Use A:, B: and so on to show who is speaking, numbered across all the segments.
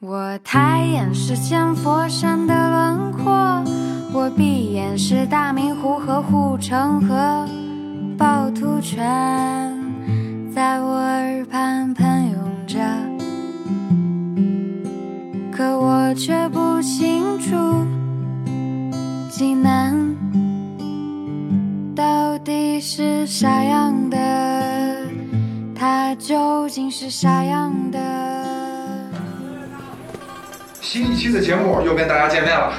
A: 我抬眼是千佛山的轮廓，我闭眼是大明湖和护城河，趵突泉在我耳畔喷涌着，可我却不清楚济南到底是啥样的，它究竟是啥样的。
B: 新一期的节目又跟大家见面了。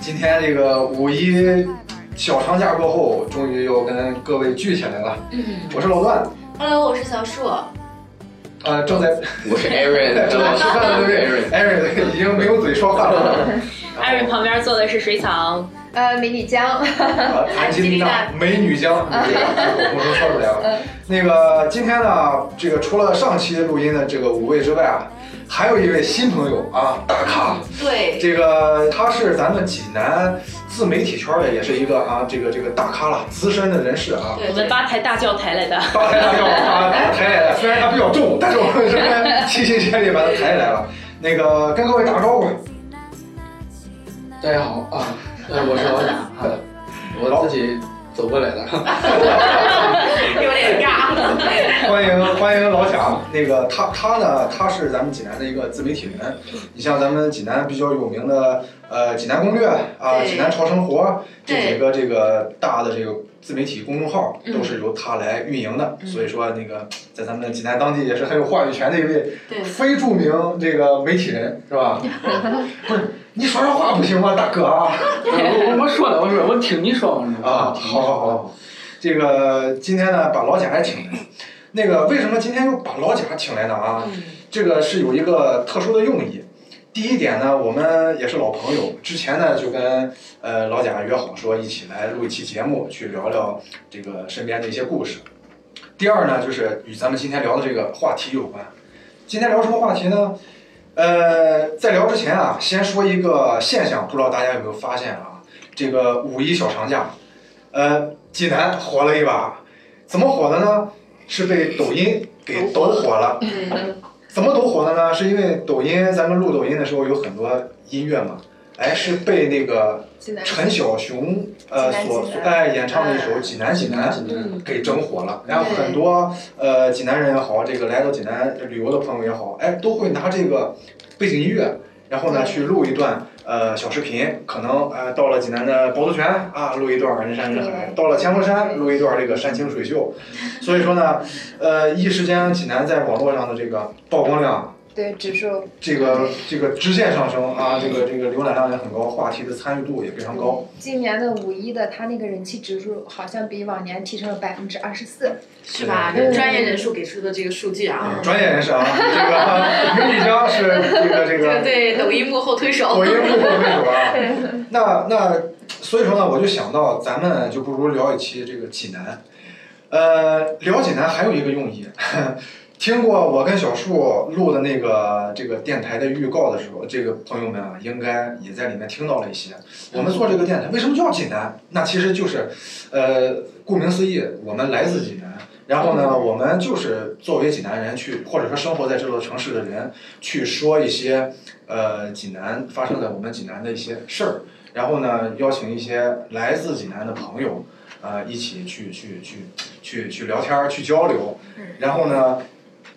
B: 今天这个五一小长假过后，终于又跟各位聚起来了。
C: 嗯
B: 我是老段，
C: ，Hello，我是小树。
B: 呃，正 在
D: 我是 Aaron，
B: 正在吃饭的对位 Eric 已经没有嘴说话 了。
E: 艾瑞旁边坐的是水草，
C: 呃，美女江，
B: 啊，谭吉丽娜美女 江，你这个我都说出来了
C: 嗯。
B: 那个今天呢，这个除了上期录音的这个五位之外啊，还有一位新朋友啊，打卡。
C: 对，
B: 这个他是咱们济南自媒体圈的，也是一个啊，这个这个大咖了，资深的人士啊。
C: 对
E: 我们八抬大轿抬来的。
B: 把他叫啊抬来了，虽然他比较重，但是我们这边齐心协力把他抬来了。那个跟各位打个招呼，
D: 大家好啊， 呃我是老贾，我自己走过来的。
C: 有点尬。
B: 欢迎欢迎老贾。那个他他呢，他是咱们济南的一个自媒体人。你像咱们济南比较有名的呃济南攻略啊、
C: 对
B: 济南潮生活这
C: 对嗯
B: 几个这个大的这个自媒体公众号都是由他来运营的。所以说那个在咱们济南当地也是很有话语权的一位
C: 对，
B: 非著名这个媒体人是 吧？不是你说说话不行吗，大哥啊？
D: 我我说了，我说我听你说嘛
B: 啊，好好好，这个今天呢把老贾也请来，那个为什么今天又把老贾请来呢？啊，这个是有一个特殊的用意。第一点呢，我们也是老朋友，之前呢就跟呃老贾约好说一起来录一期节目，去聊聊这个身边的一些故事。第二呢，就是与咱们今天聊的这个话题有关。今天聊什么话题呢？呃，在聊之前啊，先说一个现象，不知道大家有没有发现啊？这个五一小长假，呃，济南火了一把，怎么火的呢？是被抖音给抖火了。
C: 嗯对，
B: 怎么抖火的呢？是因为抖音，咱们录抖音的时候有很多音乐嘛，哎，是被那个陈小熊呃
C: 济南
B: 所
C: 济南
B: 哎演唱的一首《济南济南》给整火了。然后很多呃济南人也好，这个来到济南旅游的朋友也好，哎，都会拿这个背景音乐，然后呢去录一段呃小视频，可能呃到了济南的趵突泉啊录一段人山人海，到了乾坤山录一段这个山清水秀，所以说呢，呃一时间济南在网络上的这个曝光量
F: 对指数，
B: 这个这个直线上升啊，这个这个浏览量也很高，话题的参与度也非常高。
F: 今年的五一的它那个人气指数好像比往年提升了百分之二十四。
C: 是吧？这专业人数给出的这个数据啊，
E: 嗯
B: 专业人士啊，这个 云丽江是这个这
C: 对
B: 个
E: 嗯
C: 对，抖音幕后推手
B: 抖。音幕后推手啊。那那所以说呢，我就想到咱们就不如聊一期这个济南。呃，聊济南还有一个用意， 听过我跟小树录的那个这个电台的预告的时候，这个朋友们啊，应该也在里面听到了一些。我们做这个电台为什么叫济南？那其实就是，呃，顾名思义，我们来自济南。然后呢，我们就是作为济南人去，或者说生活在这座城市的人，去说一些呃济南发生在我们济南的一些事儿，然后呢，邀请一些来自济南的朋友，呃，一起去去去去去聊天儿，去交流，然后呢。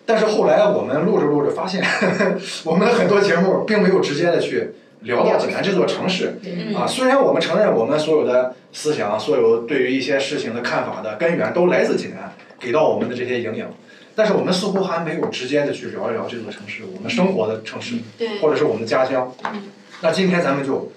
B: 但是后来我们录着录着发现， 我们很多节目并没有直接的去聊到济南这座城市，
C: 嗯
B: 啊，虽然我们承认我们所有的思想、所有对于一些事情的看法的根源都来自济南，给到我们的这些营养，但是我们似乎还没有直接的去聊一聊这座城市，我们生活的城市，
C: 嗯对
B: 或者是我们的家乡
C: 嗯。
B: 那今天咱们就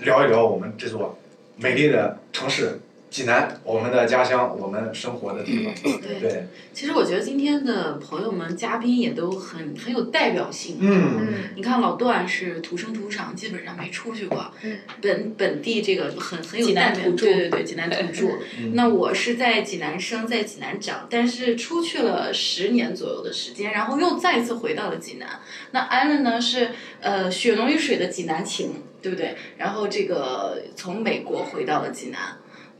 B: 聊一聊我们这座美丽的城市济南，我们的家乡，我们生活的地方。
C: 对，
B: 对，
C: 其实我觉得今天的朋友们、嘉宾也都很很有代表性。
B: 嗯，
C: 你看老段是土生土长，基本上没出去过，
F: 嗯
C: 本本地这个很很有
E: 济
C: 代
E: 南
C: 表
E: 土著
C: 对对对，济南土著。
B: 嗯
C: 那我是在济南生，在济南长，但是出去了十年左右的时间，然后又再次回到了济南。那艾伦呢是呃血浓于水的济南情，对不对？然后这个从美国回到了济南。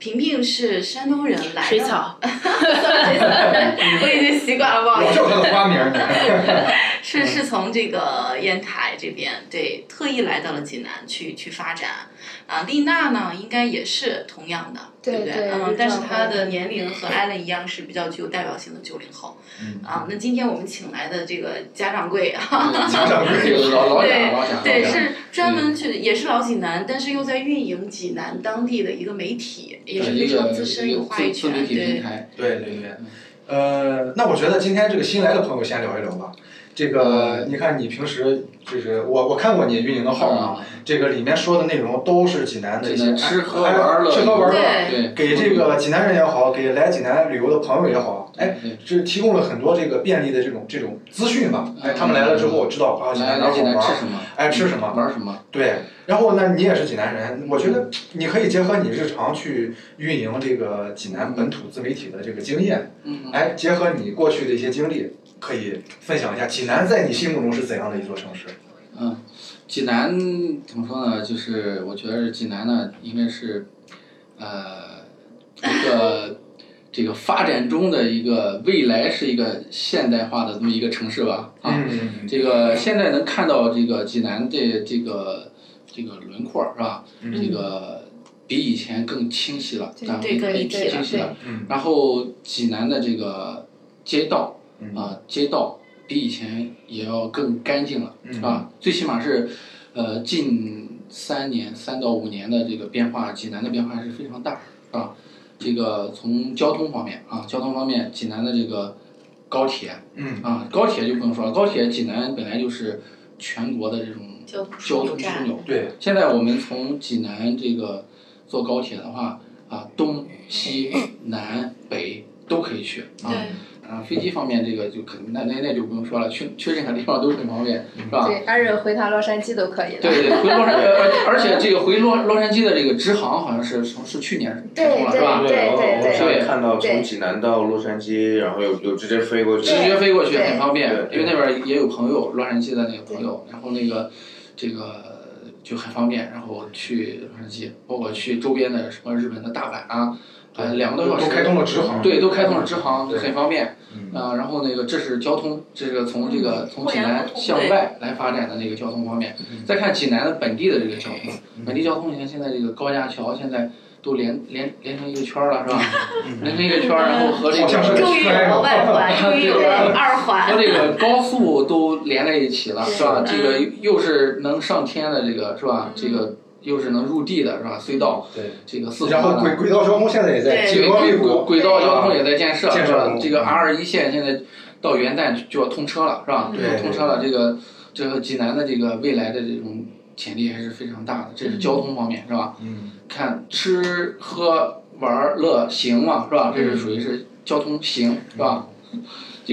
C: 萍萍是山东人来的，
E: 水草，
C: 我已经习惯了，不好意
B: 我
C: 思。
B: 叫他的花名 儿。
D: 嗯
C: 是是从这个烟台这边，对，特意来到了济南去去发展。啊，丽娜呢，应该也是同样的，
F: 对
C: 不
F: 对
C: 嗯
F: 绿，
C: 但
F: 照
C: 是
F: 会
C: 她的年龄和艾伦一样，是比较具有代表性的九零后。
B: 嗯
C: 啊，那今天我们请来的这个家掌柜啊，
B: 家长
D: 这个 老老
C: 对
D: 蒋老蒋，
C: 对，
D: 老蒋
C: 是专门去，也是老济南，但是又在运营济南当地的一个媒体，也是
D: 一
C: 非常
D: 个
C: 资深，
D: 一个
C: 有话语
D: 自
C: 权
D: 自媒，体平
C: 对。
D: 台，
B: 对对对，呃，那我觉得今天这个新来的朋友先聊一聊吧。这个，
D: 嗯
B: 你看你平时就是我我看过你运营的号嘛，
D: 啊，
B: 这个里面说的内容都是济南的一
D: 这
B: 些
D: 些吃喝
B: 哎
D: 玩乐，
B: 吃喝玩乐，
C: 对
D: 对，
B: 给这个济南人也好，给来济南旅游的朋友也好，哎，
D: 对，
B: 是提供了很多这个便利的这种这种资讯吧。哎，他们来了之后，我知道啊，济
D: 嗯来
B: 南哪儿
D: 来
B: 好
D: 济南
B: 玩
D: 吃
B: 儿，
D: 什么？嗯
B: 哎，吃什么？
D: 玩什么？
B: 对，然后呢，你也是济南人，我觉得你可以结合你日常去运营这个济南本土自媒体的这个经验，
D: 嗯，
B: 哎，结合你过去的一些经历，可以分享一下济南在你心目中是怎样的一座城市？
D: 嗯，济南怎么说呢？就是我觉得济南呢，应该是，呃，一个这个发展中的一个未来是一个现代化的这么一个城市吧。啊，
B: 嗯，
D: 这个现在能看到这个济南这这个这个轮廓是吧？
B: 嗯
D: 这个比以前更清晰了，
F: 对
D: 啊
C: 对更立体了
D: 清晰了。
B: 嗯
D: 然后济南的这个街道
B: 嗯
D: 啊、街道比以前也要更干净了，
B: 嗯
D: 啊，最起码是，呃，近三年三到五年的这个变化，济南的变化还是非常大啊。这个从交通方面啊，交通方面，济南的这个高铁
B: 嗯
D: 啊，高铁就不用说了，高铁济南本来就是全国的这种
C: 交通枢
D: 交
C: 纽
D: 通枢
C: 站
D: 纽，
B: 对，
D: 现在我们从济南这个坐高铁的话，啊，东西南北都可以去啊。
C: 对，
D: 啊，飞机方面这个就肯定，那那那就不用说了，去去任何地方都很方便，是吧？
F: 对，安仁回趟洛杉矶都可以了。
D: 对对，回洛杉，呃，而且这个回洛洛杉矶的这个直航好像是从是去年开通了，是吧？
F: 对对对
G: 我
D: 对
G: 上次看到
F: 对
G: 从济南到洛杉矶，然后有有直接飞过去
D: 直，接飞过去很方便
G: 对，
D: 因为那边也有朋友，洛杉矶的那个朋友，然后那个这个就很方便，然后去洛杉矶，包括去周边的什么日本的大阪啊，呃，两个多
B: 都
D: 小时
B: 开通了直航，
D: 对，都开通了直航，
B: 对
D: 很方便。
B: 嗯
D: 啊、然后那个这是交通，这个从这个从济南向外来发展的那个交通方面。
B: 嗯
D: 再看济南的本地的这个交通，本地交通，你看现在这个高架桥现在都连连连成一个圈儿了，是吧？
B: 嗯
D: 连成一个圈儿，然后和这
B: 好像是
D: 个
C: 终于有了外环，终于有了二
D: 和
C: 环，
D: 这个高速都连在一起了，是吧？
C: 对
D: 这个又是能上天的，这个是吧？这个又是能入地的，是吧？隧道，
B: 对，
D: 这个四
B: 然
D: 通八
B: 后
D: 达
B: 轨轨道交通现在也在
C: 对
B: 紧
D: 轨
B: 锣密
D: 轨
B: 鼓，啊
D: 轨道交通也在建设，
B: 建设嗯
D: 是吧
B: 中
D: 这个 R 一线现在到元旦就要通车了，是吧？
B: 对
D: 通车了，这个这个济南的这个未来的这种潜力还是非常大的，这是交通方面，是吧？
B: 嗯
D: 看吃喝玩乐行嘛，是吧？这是属于是交通行，是吧？这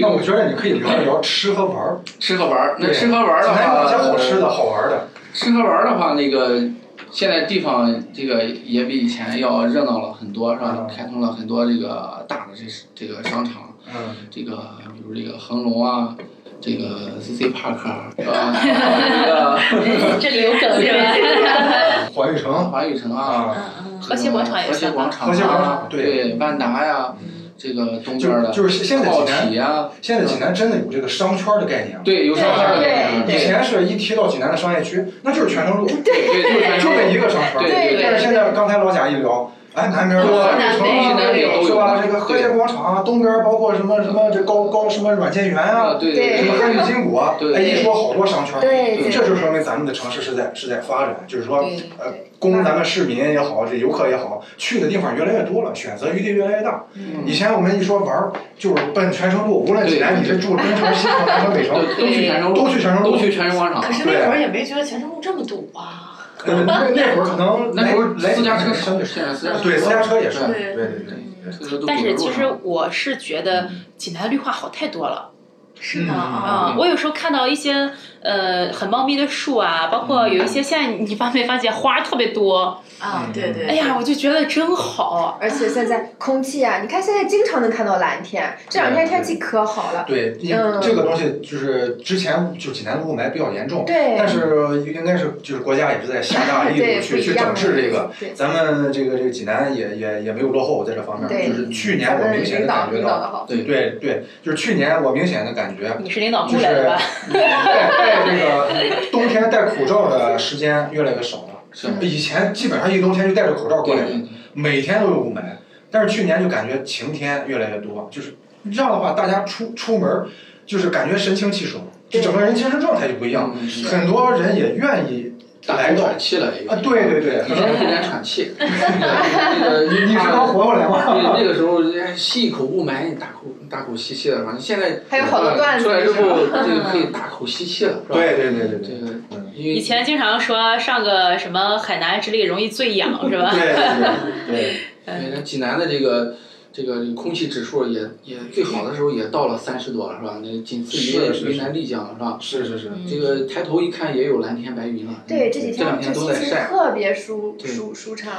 B: 嗯那我
D: 个
B: 觉得你可以聊一聊吃和玩儿，
D: 吃喝玩儿，那
B: 对
D: 吃喝玩儿
B: 济
D: 的
B: 南有哪些好
D: 话，
B: 吃的好玩儿的？
D: 吃喝玩儿的话，那个现在地方这个也比以前要热闹了很多，是吧？
B: 嗯
D: 开通了很多这个大的这这个商场，
B: 嗯，
D: 这个比如这个恒隆啊，这个 CC Park 啊，是吧？这
E: 这里有梗 是吧？
B: 环宇
D: 个
B: 城
D: 华宇城
A: 嗯
D: 啊，
B: 啊，
E: 和谐广场也
D: 和谐
E: 算吧
D: 广场
B: 和谐广
D: 啊
B: 场，对嗯
D: 对，万达呀，这个东边
B: 就
D: 的
B: 就是现在
D: 奥
B: 济南
D: 体呀，
B: 现在济南真的有这个商圈的概念了。
D: 嗯对，有商圈的概念啊，
F: 对
B: 以
D: 对
B: 前是一提到济南的商业区，那就是泉城路，就
D: 对，就全是
B: 这一个商圈。
D: 对
F: 对
B: 但是现在刚才老贾一聊，哎，南边
D: 对
B: 儿
C: 南
B: 城
C: 北
B: 啊，
C: 南北
D: 都有
B: 是吧？这个和谐广场啊，东边儿包括什么什么这高高什么软件园
D: 啊，
B: 啊，
D: 对
B: 什么
D: 对
B: 汉语金谷啊，
D: 对
B: 哎，一说好多商圈。
F: 对对
B: 这就说明咱们的城市是在是在发展，就是说，
E: 对
B: 呃，供咱们市民也好，这游客也好，去的地方越来越多了，选择余地越来越大。以前我们一说玩儿，就是奔泉城路，无论济南你是住中城、西城、南城、北城，
D: 对，都去全城路，
B: 都去泉城路
D: 都去全城广场
C: 可。是那会儿也没觉得泉城路这么堵啊。
B: 呃那那会儿可能
D: 那会儿
B: 来
D: 私家车
B: 相
D: 少，
B: 对
D: 现在私家车
B: 对私家车也
D: 啊
B: 是，
C: 对
B: 对对对。
D: 车都堵
E: 但
D: 在
E: 是
D: 路
E: 其实
D: 上
E: 我是觉得济南绿化好太多了
C: 是的
B: 嗯
C: 啊
E: 啊！，我有时候看到一些呃很茂密的树啊，包括有一
D: 嗯
E: 些现在你发没发现花特别多？
C: 啊，对对。
E: 哎呀，我就觉得真好。
F: 而且现在空气啊，你看现在经常能看到蓝天，这两天天气可好了。
B: 对，因
F: 嗯
B: 这个东西就是之前就济南的雾霾比较严重，
F: 对
B: 但是应该是就是国家也是在下大力
F: 对，
B: 度
F: 不
B: 去
F: 一
B: 去
F: 样
B: 整
F: 的
B: 治这个。，
F: 对，
B: 咱们这个这个济南也也也没有落后在这方面，
F: 对
B: 就是去年
F: 咱
B: 我
F: 们
B: 明显的
F: 领导
B: 感觉
F: 领导
B: 到，
F: 的好，
D: 对，
B: 对对，就是去年我明显的感觉，
E: 你是领导
B: 就
E: 雇
B: 是
E: 来的吧？
B: 戴戴这个冬天戴口罩的时间越来越少了，
D: 是。
B: 以前基本上一冬天就戴着口罩过来
D: 对，对对
B: 每天都有雾霾，但是去年就感觉晴天越来越多，就是这样的话，大家出出门儿就是感觉神清气爽，就
F: 对
B: 整个人精神状态就不一样。
D: 嗯
B: 很多人也愿意
D: 大
B: 来
D: 口
B: 到
D: 喘气了也有
B: 啊，对对对，
D: 以
B: 很多
D: 前
B: 人
D: 不敢喘气，那个
B: 你你是能活过来吗？
D: 对，那个时候哎吸一口雾霾，你大口大口吸气了，反正现在
F: 还有好多段子
D: 出来之后，
F: 是
D: 这个可以大口吸气了，是吧？
B: 对对对对
D: 这
B: 对，
D: 个
B: 嗯
D: 因为
E: 以前经常说上个什么海南之类容易醉 氧是吧？
B: 对对对，
F: 嗯
D: 对，那济南的这个这个空气指数也也最好的时候也到了三十多了，是吧？那仅次
B: 是是
D: 于
B: 是
D: 云南丽江，是吧？
B: 是是是，
E: 嗯
D: 这个抬头一看也有蓝天白云了。
F: 对这几
D: 这两
F: 天
D: 天都
F: 心
D: 在
F: 情
D: 晒。
F: 特别舒
D: 对
F: 舒舒畅，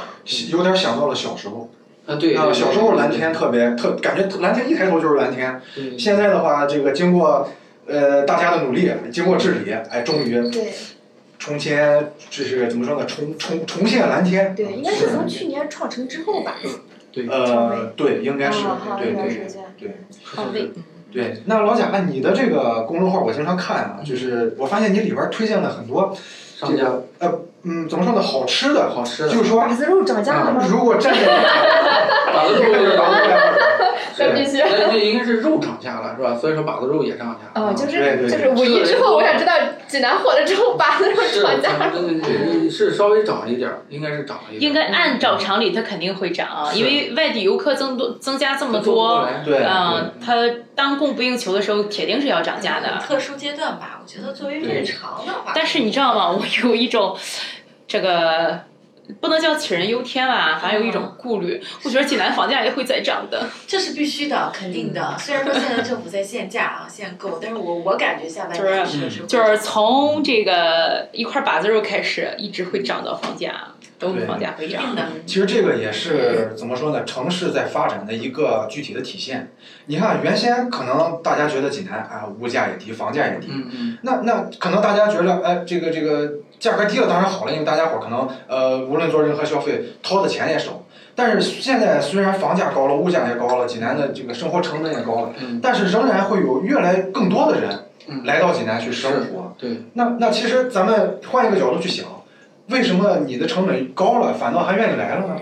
B: 有点想到了小时候。
D: 啊，对，
B: 啊，
D: 对
B: 小时候蓝天。特别特，感觉蓝天一抬头就是蓝天。
D: 对
B: 现在的话，这个经过呃大家的努力，经过治理，哎，终于
F: 对
B: 重迁，这是怎么说呢？重重重现蓝天。
F: 对，应该是从去年创城之后吧，
D: 对，
B: 呃，对，应该是
F: 啊好，
B: 对
F: 应该
B: 对
F: 是这样，
B: 对
E: 好累。
B: 对。那老贾，你的这个公众号我经常看啊，就是我发现你里边推荐了很多这
D: 商家
B: 个呃嗯怎么说呢，好吃的，
D: 好吃的，
B: 就是说
F: 把子肉涨价了吗？
B: 如果站在这个高度，
D: 把子肉涨价了，
F: 那必须。
D: 那应该是肉涨价了，是吧？所以说把子肉也涨价了。啊
F: 哦，就
B: 对对
F: 是就是五一之后，我想知道济南火了之后，把子
D: 是，
F: 肉涨价
D: 反
F: 了。
D: 正你是稍微涨了一点儿，应该是涨了一点儿。
E: 应该按照常理，它肯定会涨啊，
D: 嗯是
E: 因为外地游客增多增加这么
D: 做不过
E: 多，
D: 来
B: 对
E: 嗯，它当供不应求的时候，铁定是要涨价的。
C: 特殊阶段吧，我觉得作为日常的话，
E: 但是你知道吗？我有一种这个不能叫杞人忧天吧，反正有一种顾虑，我觉得济南房价也会再涨的。
C: 这是必须的，肯定的。
E: 嗯
C: 虽然说现在政府在限价啊、限购，但是我我感觉下半年
E: 就是
C: 是是会
E: 就是从这个一块把子肉开始，一直会涨到房价，都
B: 对
E: 房价
C: 一
E: 会涨
C: 定。的。
B: 其实这个也是怎么说呢？城市在发展的一个具体的体现。你看，原先可能大家觉得济南啊，物价也低，房价也低。
D: 嗯嗯，
B: 那那可能大家觉得，哎，这个这个价格低了当然好了，因为大家伙儿可能呃，无论做任何消费，掏的钱也少。但是现在虽然房价高了，物价也高了，济南的这个生活成本也高了，
D: 嗯
B: 但是仍然会有越来更多的人
D: 嗯
B: 来到济南去生活。
D: 对，
B: 那那其实咱们换一个角度去想，为什么你的成本高了，反倒还愿意来了呢？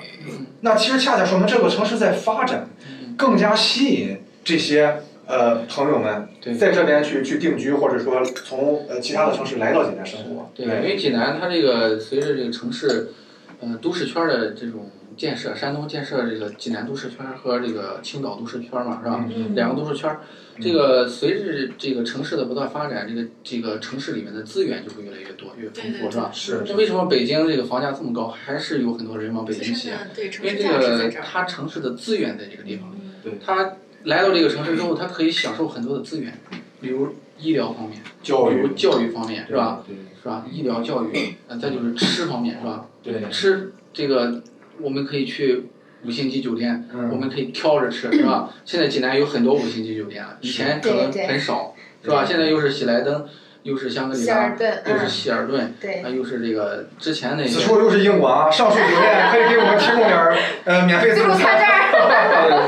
B: 那其实恰恰说明这个城市在发展，
D: 嗯
B: 更加吸引这些呃朋友们
D: 对
B: 在这边去去定居，或者说从呃其他的城市来到济南生活。
D: 对，因为济南它这个随着这个城市，呃，都市圈儿的这种建设，山东建设这个济南都市圈儿和这个青岛都市圈儿嘛，是吧？
B: 嗯
D: 两个都市圈儿，这个随着这个城市的不断发展，这个这个城市里面的资源就会越来越多，越丰
C: 对
D: 富，
C: 对
D: 是吧？
B: 是
D: 那为什么北京这个房价这么高，还是有很多人往北
C: 自
D: 京
C: 身
D: 挤啊？
C: 的对城
D: 因为
C: 市
D: 这
C: 价值在
D: 个
C: 这儿。嗯
D: 它城市的资源在这个地方，
B: 对
D: 他来到这个城市之后，他可以享受很多的资源，比如医疗方面，
B: 教
D: 比如
B: 育
D: 教育方面，是吧？？
B: 对
D: 是吧？医疗、教育，呃，再就是吃方面，是吧？
B: 对，
D: 吃这个，我们可以去五星级酒店，我
B: 嗯，
D: 们可以挑着吃，是吧？现在济南有很多五星级酒店了，以前可能
F: 对对
D: 很少，是吧？现在又是喜来登，又是香格里
F: 希
D: 拉
F: 尔，顿，
D: 又是
F: 嗯，
D: 希尔顿，
F: 对
D: 啊，又是这个之前那
B: 此
D: 些。
B: 处又是硬广啊，上述酒店可以给我们提供点儿呃免费
F: 就
B: 自助
F: 住他这
B: 餐。
F: 儿，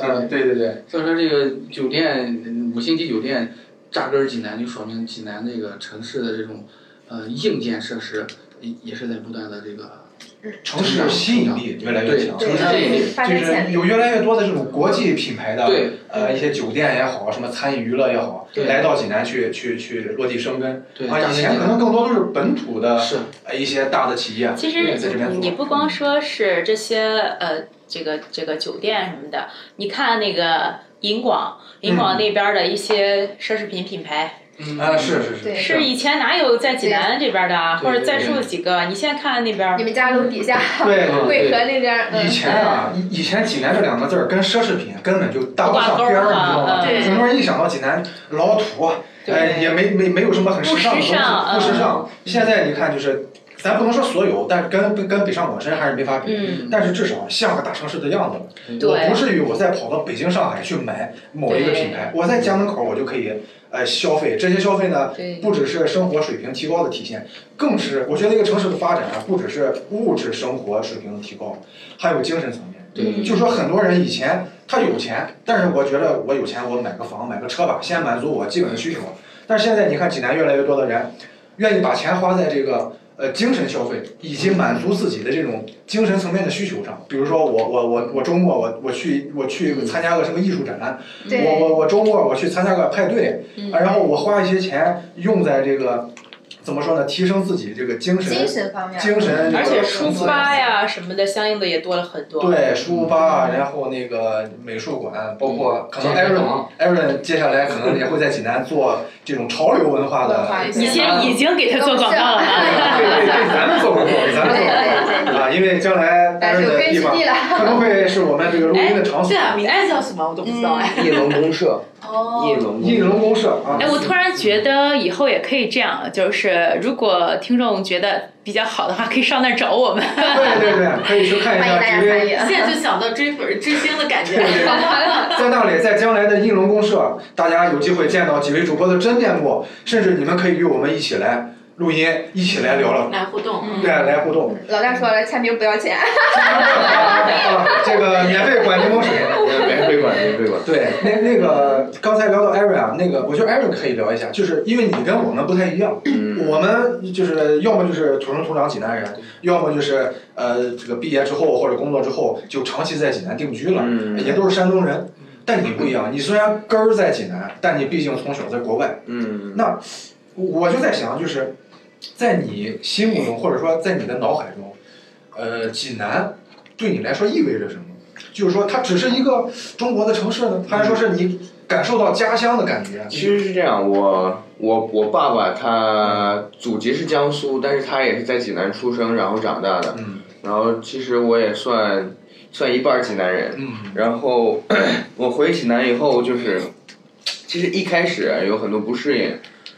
B: 嗯，对对对，
D: 所以说这个酒店嗯五星级酒店扎根儿济南，就说明济南这个城市的这种呃硬件设施也也是在不断的这个
B: 城市吸引力越来越
D: 对
B: 强，
D: 城
B: 城市
D: 市
B: 吸引力
D: 这一类
F: 对发
B: 就
F: 展潜
B: 是
F: 力。
B: 有越来越多的这种国际品牌的
D: 对
B: 呃一些酒店也好，什么餐饮娱乐也好，
D: 对
B: 来到济南去去去落地生根。
D: 对
B: 啊，以前可能更多都是本土的
D: 是
B: 呃一些大的企业
E: 其
B: 对在这边
E: 实
B: 做嗯
E: 你不光说是这些呃，这个这个酒店什么的，你看那个银广，银
B: 嗯
E: 广那边的一些奢侈品品牌，
D: 嗯
B: 啊是是是
F: 对
E: 是以前哪有在济南这边的啊，
D: 对
E: 或者再说几个，你现在看看那边
F: 你，们家楼底下，
B: 对。
D: 嗯
F: 渭河那边，嗯
B: 以，前啊，以以前济南这两个字儿跟奢侈品根本就搭不上边儿，你
E: 不挂钩儿
B: 知道
E: 啊
B: 吗？
C: 嗯
B: 很多人一想到济南老土，哎，也没没没有什么很时尚的东西，
E: 不时尚嗯
B: 不时尚。现在你看，就是咱不能说所有，但是跟跟跟北上广深还是没法比。
E: 嗯，
B: 但是至少像个大城市的样子，我
E: 对
B: 不至于我再跑到北京、上海去买某一个品牌，我在家门口我就可以呃消费。这些消费呢，
E: 对，
B: 不只是生活水平提高的体现，更是我觉得一个城市的发展啊，不只是物质生活水平的提高，还有精神层面。
D: 对，
B: 就说很多人以前他有钱，但是我觉得我有钱，我买个房买个车吧，先满足我基本的需求。但是现在你看，济南越来越多的人愿意把钱花在这个呃精神消费以及满足自己的这种精神层面的需求上。比如说我我我我周末我我去我
D: 嗯
B: 去参加个什么艺术展，
F: 对嗯
B: 我我我周末我去参加个派对，啊然后我花一些钱用在这个怎么说呢，提升自己这个精神
F: 精神方面，
B: 精神这个
E: 而且
B: 层
E: 书
B: 次
E: 吧呀什么的，相应的也多了很多。
B: 对，书吧，然后那个美术馆，包括可能
D: 嗯健身
B: Aaron
D: 房
B: Aaron 接下来可能也会在济南做这种潮流文化的
D: 嗯
F: 文，化一些
E: 已经已经给他做广告了啊。
B: 对对对，咱们做广告，咱们做广
F: 对
B: 告啊，因为将来
F: 哎
B: Aaron
F: 有
B: 的
F: 根
B: 地
F: 据
B: 方
F: 地了。
B: 可能会是我们这个录音的场所
C: 对，
E: 嗯
C: 啊，名字叫什么我都不知道哎。
G: 翼龙公社，翼
C: 哦，
G: 龙公
B: 印
G: 社
B: 龙公社啊
E: 哎，，我突然觉得以后也可以这样，就是如果听众觉得比较好的话，可以上那儿找我们。
B: 对对对，可以去看一
F: 欢迎大
B: 下，
F: 家
B: 因为
F: 参与。
C: 现在就想到追粉追星的感觉。
B: 在那里，在将来的应龙公社，大家有机会见到几位主播的真面目，甚至你们可以与我们一起来录音，一起来聊聊，
C: 来互动，
E: 嗯
C: 嗯
B: 对，来互动。
F: 老大说了，签名不要钱。
B: 啊，这个免费管柠檬水。
G: 免费馆，免费馆。
B: 对，那那个刚才聊到 Aaron 啊，那个我觉得 Aaron 可以聊一下，就是因为你跟我们不太一样，
G: 嗯，
B: 我们就是要么就是土生土长济南人，要么就是呃这个毕业之后或者工作之后就长期在济南定居了，
G: 嗯
B: 也都是山东人。但你不一样，你虽然根儿在济南，但你毕竟从小在国外。
G: 嗯，
B: 那我就在想，就是在你心目中，或者说在你的脑海中，呃，济南对你来说意味着什么？就是说，它只是一个中国的城市呢，还是说是你感受到家乡的感觉？啊
G: 其实是这样，我我我爸爸他祖籍是江苏，但是他也是在济南出生，然后长大的。
B: 嗯
G: 然后其实我也算算一半儿济南人。
B: 嗯
G: 然后 我回济南以后，就是其实一开始啊有很多不适应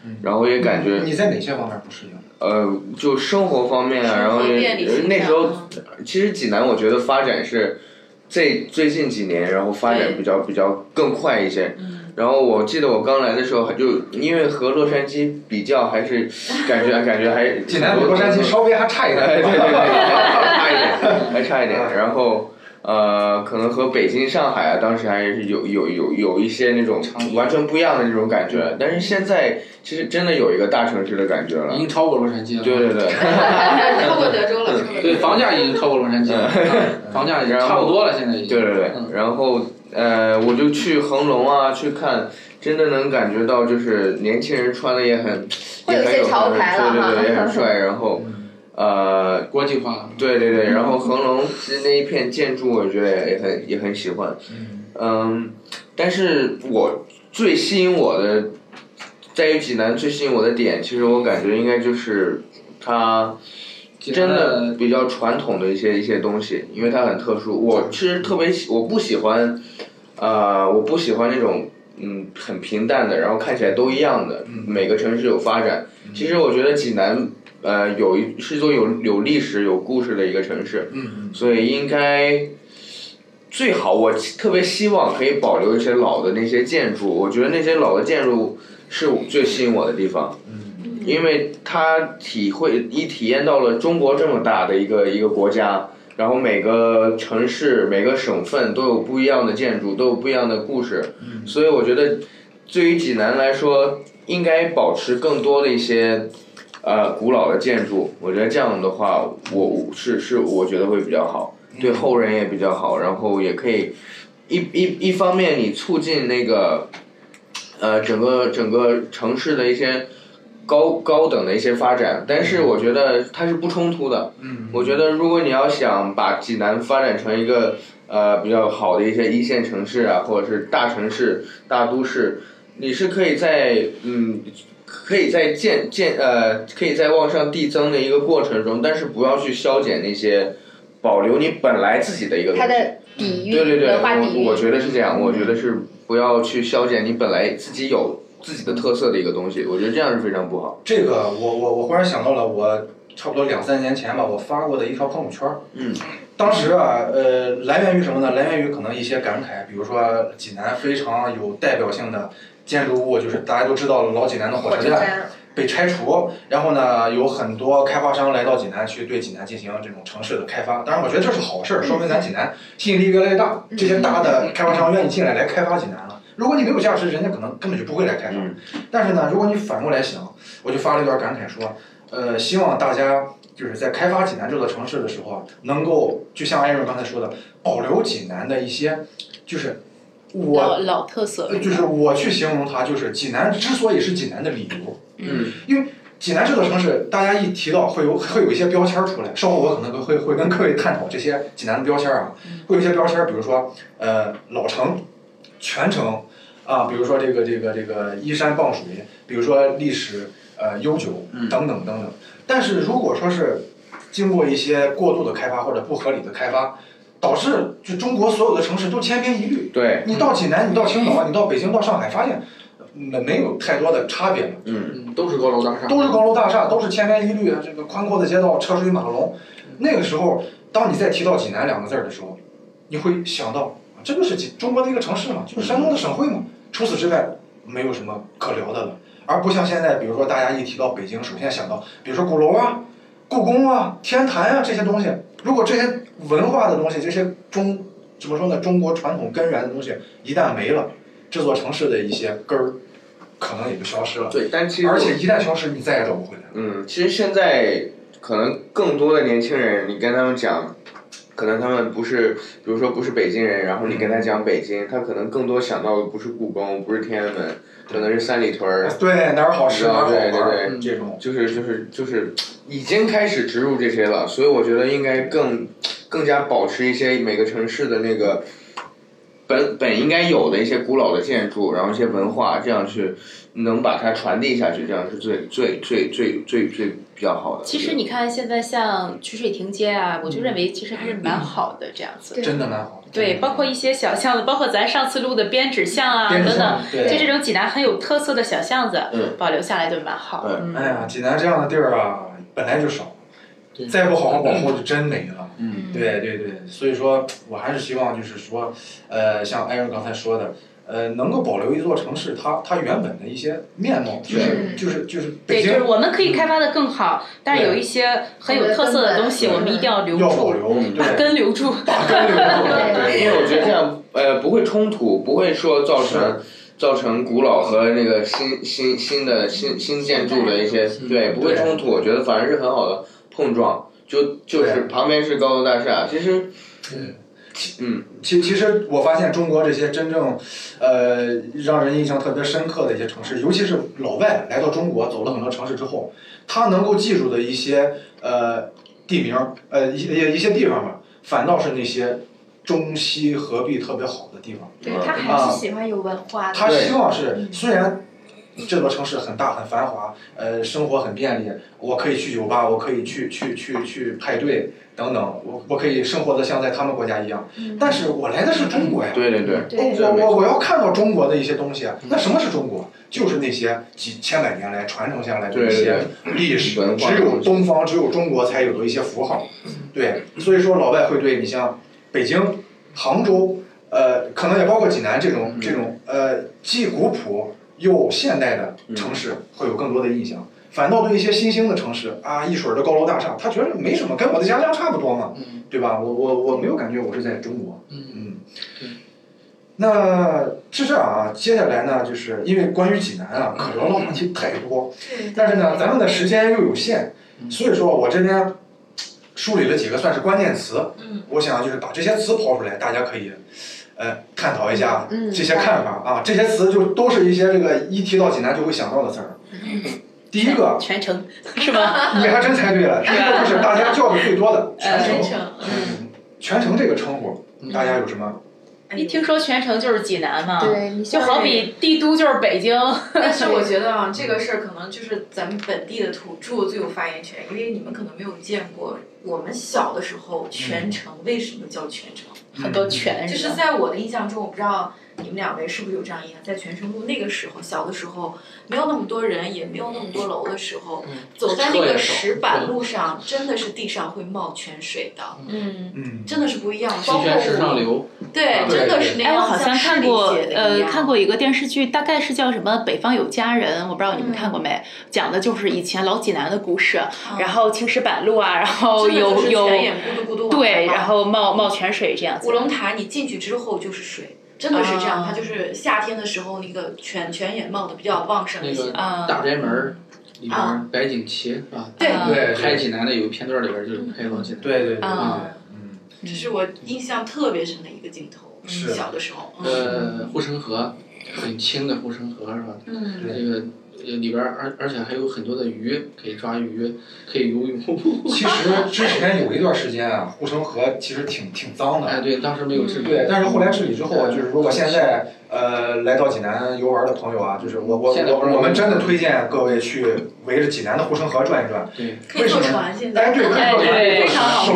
B: 嗯，
G: 然后也感觉
B: 你在哪些方面不适应？
G: 呃，就生活方面啊，然后也
C: 便利性嗯
G: 那时
C: 上
G: 候 其实济南我觉得发展是这最近几年，然后发展
C: 对
G: 比较比较更快一些。然后我记得我刚来的时候，就因为和洛杉矶比较，还是感觉感觉还
B: 济南比洛杉矶稍微还差一
G: 哎，对对
B: 点。
G: 对，还差一点，还差一
B: 嗯
G: 点。然后呃，可能和北京、上海啊，当时还是有有有有一些那种完全不一样的那种感觉。但是现在其实真的有一个大城市的感觉
D: 已
G: 了。
B: 嗯
D: 经超过洛杉矶了。
G: 对对对。
C: 超过德州了，超过德州
D: 对，房价已经超过洛杉矶了，嗯房价已经差不多了，现在已经。
G: 对对对
D: 嗯，
G: 然后呃，我就去恒隆啊，去看，真的能感觉到就是年轻人穿的也很，
F: 会有一些
G: 也很
F: 潮牌了
G: 对对
F: 哈嗯
G: 对，也很帅。然后呃，
D: 国际化了。
G: 对对对，然后恒隆是那一片建筑，我觉得也很也很喜欢。 嗯，但是我最吸引我的，在于济南最吸引我的点，其实我感觉应该就是它。真的呃比较传统的一些一些东西，因为它很特殊。我其实特别喜，我不喜欢，呃，我不喜欢那种嗯很平淡的，然后看起来都一样的。每个城市有发展，其实我觉得济南呃有一是一座有有历史有故事的一个城市，
B: 嗯
G: 所以应该最好我特别希望可以保留一些老的那些建筑，我觉得那些老的建筑是最吸引我的地方。
B: 嗯
G: 因为他体会一体验到了中国这么大的一个一个国家，然后每个城市、每个省份都有不一样的建筑，都有不一样的故事，
B: 嗯
G: 所以我觉得对于济南来说，应该保持更多的一些呃古老的建筑。我觉得这样的话，我我是是我觉得会比较好，对后人也比较好，然后也可以一一一方面你促进那个呃整个整个城市的一些。高高等的一些发展，但是我觉得它是不冲突的。
B: 嗯，
G: 我觉得如果你要想把济南发展成一个呃比较好的一些一线城市啊，或者是大城市、大都市，你是可以在嗯。可以在建建呃，可以在往上递增的一个过程中，但是不要去消减那些，保留你本来自己的一个东
F: 它
G: 西。
F: 的底蕴，
G: 对对对，
F: 文化底蕴。
G: 我我觉得是这样，我觉得是不要去消减你本来自己有自己的特色的一个东西，我觉得这样是非常不好。
B: 这个我我我忽然想到了，我差不多两三年前吧，我发过的一条朋友圈儿。
G: 嗯
B: 当时啊，呃，来源于什么呢？来源于可能一些感慨，比如说济南非常有代表性的建筑物，就是大家都知道老济南的火车站被拆除，然后呢，有很多开发商来到济南去对济南进行这种城市的开发。当然，我觉得这是好事儿，说明咱济南吸引力越来越大，这些大的开发商愿意进来来开发济南了。如果你没有价值，人家可能根本就不会来开发。
G: 嗯
B: 但是呢，如果你反过来想，我就发了一段感慨说，呃，希望大家就是在开发济南这座城市的时候啊，能够就像艾瑞刚才说的，保留济南的一些，就是我
E: 老老特色
B: 呃就是我去形容它，就是济南之所以是济南的理由。
G: 嗯
B: 济南这座城市，大家一提到会有会有一些标签儿出来。稍后我可能会会会跟各位探讨这些济南的标签儿啊，会有一些标签儿，比如说呃老城、全城啊，比如说这个这个这个依山傍水，比如说历史呃悠久
G: 嗯
B: 等等等等。但是如果说是经过一些过度的开发或者不合理的开发，导致就中国所有的城市都千篇一律，
G: 对，
B: 你到济南，你到青岛，你到北京，到上海，发现没没有太多的差别了。
G: 嗯
D: 嗯，都是高楼大厦，
B: 都是高楼大厦，都是千篇一律，这个宽阔的街道，车水马龙。那个时候，当你再提到济南两个字儿的时候，你会想到，啊这就是济中国的一个城市嘛，就是山东的省会嘛。除此之外，没有什么可聊的了。而不像现在，比如说大家一提到北京，首先想到，比如说鼓楼啊、故宫啊、天坛啊这些东西。如果这些文化的东西，这些中怎么说呢？中国传统根源的东西一旦没了，这座城市的一些根儿可能也就消失了。
G: 对，但其实
B: 而且一旦消失，你再也找不回来了。
G: 嗯，其实现在可能更多的年轻人，你跟他们讲，可能他们不是，比如说不是北京人，然后你跟他讲北京，他可能更多想到的不是故宫，不是天安门，可能是三里屯儿，
B: 哎对，哪儿好吃
G: 对
B: 哪儿好玩
G: 对对
B: 儿，
G: 对
B: 这种。
G: 就是就是就是已经开始植入这些了，所以我觉得应该更更加保持一些每个城市的那个本本应该有的一些古老的建筑，然后一些文化，这样去能把它传递下去，这样是最最最最最最比较好的。
E: 其实你看，现在像曲水亭街啊，我就认为其实还是蛮好的这样子。
F: 对
B: 真的蛮好的。
E: 对，包括一些小巷子，包括咱上次录的编纸巷啊
B: 边
E: 等等，
B: 上，
E: 就
B: 对，
E: 这种济南很有特色的小巷子，
G: 嗯
E: 保留下来就蛮好。
G: 对
E: 嗯
B: 哎呀，济南这样的地儿啊，本来就少，
D: 对
B: 再不好好保护就真没了。
G: 嗯，
B: 对对对，所以说我还是希望就是说，呃，像艾瑞刚才说的。呃，能够保留一座城市它它原本的一些面貌，就是
F: 嗯
B: 就是就是北
E: 对，就是
B: 京嗯
E: 我们可以开发的更好，但是有一些很有特色的东西，
F: 对
E: 我们一定要留
B: 要保
E: 住，
B: 留，
G: 嗯
E: 把
B: 对，
E: 根留住。
B: 把根留住，对，
G: 因为我觉得这样呃不会冲突，不会说造成造成古老和那个新新新的新新建筑的一些
D: 嗯
G: 对不会
B: 对
G: 冲突，我觉得反而是很好的碰撞。就就是
B: 对
G: 旁边是高楼大厦，其实
B: 其其实我发现中国这些真正，呃，让人印象特别深刻的一些城市，尤其是老外来到中国走了很多城市之后，他能够记住的一些呃地名儿，呃一一一些地方吧，反倒是那些中西合璧特别好的地方。
F: 对他还是喜欢有文化的。
B: 嗯他希望是
F: 嗯
B: 虽然这座城市很大很繁华，呃，生活很便利，我可以去酒吧，我可以去去去去派对等等，我我可以生活的像在他们国家一样，
F: 嗯
B: 但是我来的是中国呀。
G: 对对对，
F: 对
B: 哦我我我要看到中国的一些东西啊，那什么是中国？就是那些几千百年来传承下来的
G: 对
B: 一
G: 对
B: 些
G: 对
B: 历史，
G: 文化
B: 只有东方，只有中国才有的一些符号。
G: 嗯
B: 对，所以说老外会对你像北京、杭州，呃，可能也包括济南这
G: 嗯
B: 种这种呃既古朴又现代的
G: 嗯
B: 城市会有更多的印象。反倒对一些新兴的城市啊，一水儿的高楼大厦，他觉得没什么，跟我的家乡差不多嘛，
D: 嗯
B: 对吧？我我我没有感觉我是在中国。
D: 嗯
B: 嗯
D: 对，
B: 那是这样啊，接下来呢，就是因为关于济南啊，可聊的话题太多，但是呢，咱们的时间又有限，
D: 嗯
B: 所以说我这边梳理了几个算是关键词，
C: 嗯，
B: 我想啊就是把这些词抛出来，大家可以呃探讨一下
F: 嗯
B: 这些看法啊，这些词就都是一些这个一提到济南就会想到的词儿。第一个，
E: 全程 是吧？
B: 你还真猜对了，第一个就是大家叫的最多的全
E: 全
B: 城，
C: 城，
B: 嗯全城这个称呼，
D: 嗯
B: 大家有什么？
E: 一哎听说全程就是济南嘛，
B: 啊
F: 对，你
E: 就
F: 像
E: 好比帝都就是北京，
C: 但是我觉得啊，这个事儿可能就是咱们本地的土著最有发言权，因为你们可能没有见过。我们小
D: 嗯
C: 的时候，全城为什么叫全城？
E: 很多全
C: 就是是
E: 吧
C: 在我的印象中，我不知道你们两位是不是有这样一个，在全成都那个时候，小的时候没有那么多人，也没有那么多楼的时候，走在那
D: 车也
C: 个
D: 嗯少
C: 石板路上，真的是地上会冒泉水的，
E: 嗯。
B: 嗯，
C: 真的是不一样。包
D: 新
C: 括
D: 泉石上
C: 我，
D: 流，
C: 对，
D: 对
C: 真的是那
E: 哎，
C: 样。
E: 我好像
C: 市
E: 看
C: 里
E: 过，
C: 写的一
E: 呃，
C: 样
E: 看过一个电视剧，大概是叫什么《北方有佳人》，我不知道你们看过没？
C: 嗯
E: 讲的就是以前老济南的故事，然后青石板路啊，然后
C: 真的就
E: 有
C: 是
E: 有
C: 泉眼嗯咕嘟咕嘟往上
E: 对，
C: 冒
E: 然后冒冒泉水这样子
C: 五。龙塔你进去之后就是水，真的是这样。
E: 啊
C: 它就是夏天的时候，那个泉泉眼冒的比较旺盛一
D: 那
C: 些。
D: 个
E: 啊
D: 大宅门儿里边儿
C: 啊
D: 白景琦是吧？
C: 对
E: 啊
B: 对
D: 拍济南的有一片段里边儿就是拍到济南。
B: 对对对对，
E: 啊
B: 嗯，
C: 这是我印象特别深的一个镜头，
B: 是
C: 小的时候。嗯
D: 呃，护城河，很清的护城河是吧？
C: 嗯，
D: 那个呃里边儿而而且还有很多的鱼，可以抓鱼，可以游泳。
B: 其实之前有一段时间啊，护城河其实挺挺脏的，
D: 哎，对，当时没有治理。
B: 对，但是后来治理之后，啊就是如果现在呃来到济南游玩的朋友啊，就是我我
D: 现在不是
B: 我我们真的推荐各位去围着济南的护城河转一转。
D: 对
C: 可以坐船现在。
B: 哎，对，可以
E: 哎
B: 坐船
E: 对
B: 可以坐船
E: 非常
C: 好
B: 首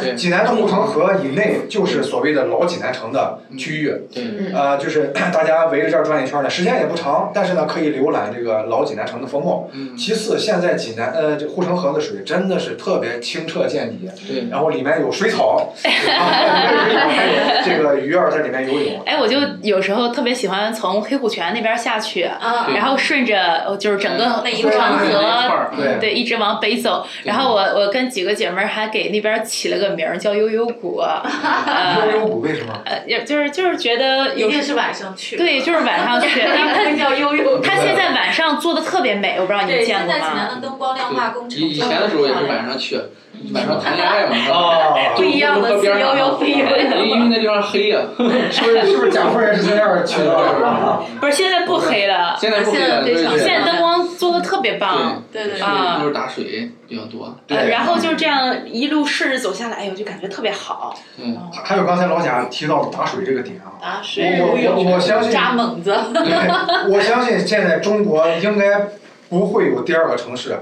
B: 先，
D: 对
B: 济南的护城河以内就是所谓的老济南城的区域，
D: 对，
E: 嗯
B: 呃，就是大家围着这儿转一圈呢，时间也不长，但是呢可以浏览这个老济南城的风貌。
D: 嗯，
B: 其次，现在济南呃这护城河的水真的是特别清澈见底，
D: 对，
B: 然后里面有水草，啊，有水草还有这个鱼儿在里面游泳。
E: 哎，我就有时候特别喜欢从黑虎泉那边下去，
C: 啊，
D: 对
E: 然后顺着呃就是整个
C: 那一
E: 护城
C: 段
D: 那一块
E: 河，
D: 儿
B: 对
E: 对，一直往北走。然后我我跟几个姐妹儿还给那边儿起了个名儿叫悠悠谷，
B: 悠
E: 呃，
B: 悠谷为什么？
E: 呃也就是就是觉得
C: 一
E: 有
C: 定是晚上去。
E: 对，就是晚 上去，因为它
C: 那叫悠悠。
E: 它现在晚上做的特别美，我不知道你们
C: 对，
E: 见
C: 现
E: 过
C: 在济南
D: 啊
E: 吗？
C: 的灯光亮化工程。
D: 以以前的时候也是晚上去，晚上谈恋爱嘛。是吧
B: 啊
D: 就河边上啊
C: 不一样的自由又不一样
D: 哦因为那地方黑啊呀。
B: 是不是是不是蒋夫人是在那儿去的？
E: 不是，现在不黑了，
D: 现在不黑了，对
C: 现在非常
D: 对
E: 现在
D: 对
E: 灯光做的特别棒。
C: 对对对。
E: 啊
D: 对，就是打水比较多。
E: 呃，
B: 对
E: 然
D: 嗯
E: 后就这样一路顺着走下来，哎呦，就感觉特别好。
D: 嗯，
B: 还有刚才老贾提到打水这个点啊，
C: 打水
B: 我
C: 游
B: 我我我
C: 泳，
B: 相信，
C: 扎猛子，
B: 对我相信现在中国应该不会有第二个城市，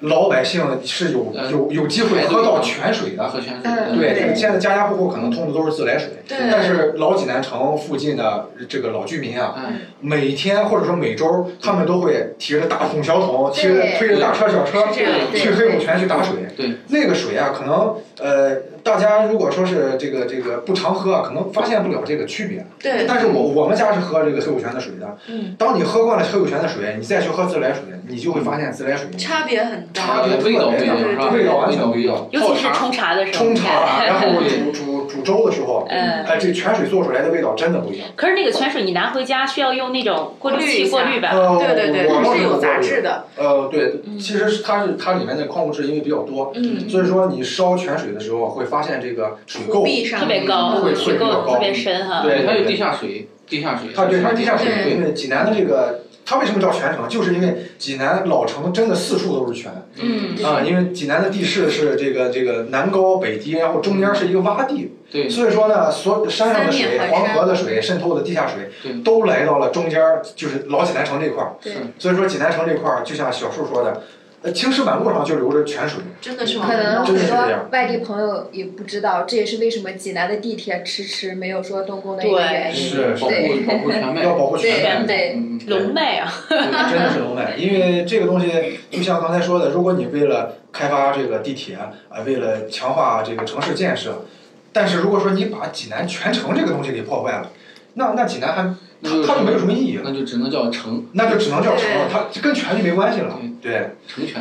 B: 老百姓是有有有机会喝到泉水
D: 然
B: 的。
D: 后泉水。
F: 嗯
B: 对，就是现在家家户户可能通的都是自来水，
C: 对
B: 但是老济南城附近的这个老居民啊，
D: 哎，
B: 每天或者说每周，他们都会提着大桶小桶，提着
F: 对
B: 推着大车小车，
F: 是这样对
B: 去黑虎泉去打水。
D: 对，
B: 那个水啊，可能呃，大家如果说是这个这个不常喝啊，可能发现不了这个区别。
C: 对
B: 但是我我们家是喝这个黑虎泉的水的。
E: 嗯。
B: 当你喝惯了黑虎泉的水，你再去喝自来水，你就会发现自来水
C: 差别很大。
B: 差别特
D: 味道不
B: 别
D: 一样
B: 大，
D: 是吧？
B: 味道完全不一样。
E: 尤其是冲茶的时候，
B: 冲茶啊，然后
D: 对
B: 煮煮煮粥的时候，
E: 嗯
B: 哎，这泉水做出来的味道真的不一样。
E: 可是那个泉水你拿回家需要用那种过滤器过
C: 过
E: 滤
C: 滤一下
E: 吧？
B: 呃，
C: 对对对，
B: 我
C: 它
B: 倒
C: 是
B: 没
C: 有
B: 过
C: 杂
B: 滤
C: 质的。
B: 呃，对，其实是它是它里面的矿物质因为比较多，
C: 嗯，
B: 所以说你烧泉水的时候会发现这个水垢，
C: 壁上
E: 特别高，
B: 嗯会
E: 水
B: 会比较
E: 垢特
B: 高
E: 别深哈。
B: 对
D: 它有地下水，地下水。
B: 它对它是地下水，
C: 对
B: 因为济南的这个。它为什么叫泉城？就是因为济南老城真的四处都是泉啊、
E: 嗯
B: 因为济南的地势是这个这个南高北低，然后中间是一个洼地，
D: 对
B: 所以说呢，所山上的水、
C: 三面环山
B: 黄河的水渗透的地下水
D: 对，
B: 都来到了中间，就是老济南城这块儿。
F: 对
B: 所以说济南城这块儿，就像小树说的，呃，青石板路上就流着泉水，
C: 真的是
F: 可
C: 往回
F: 能
C: 倒
B: 嗯
F: 很
B: 真是这
F: 多
B: 样
F: 外地朋友也不知道，这也是为什么济南的地铁迟迟没有说动工的一个
E: 对
F: 原因。
B: 是
D: 保护
F: 对
D: 保护全麦
B: 要。保护泉
F: 对
B: 脉。
F: 对，
D: 嗯，
E: 龙脉啊，
B: 真的是能买，因为这个东西就像刚才说的，如果你为了开发这个地铁啊、为了强化这个城市建设，但是如果说你把济南全城这个东西给破坏了，那那济南还
D: 那就
B: 它它就没有什么意义了，
D: 那就只能叫成
B: 那就只能叫城了，
C: 对
B: 它跟权力没关系了。对，
D: 成全。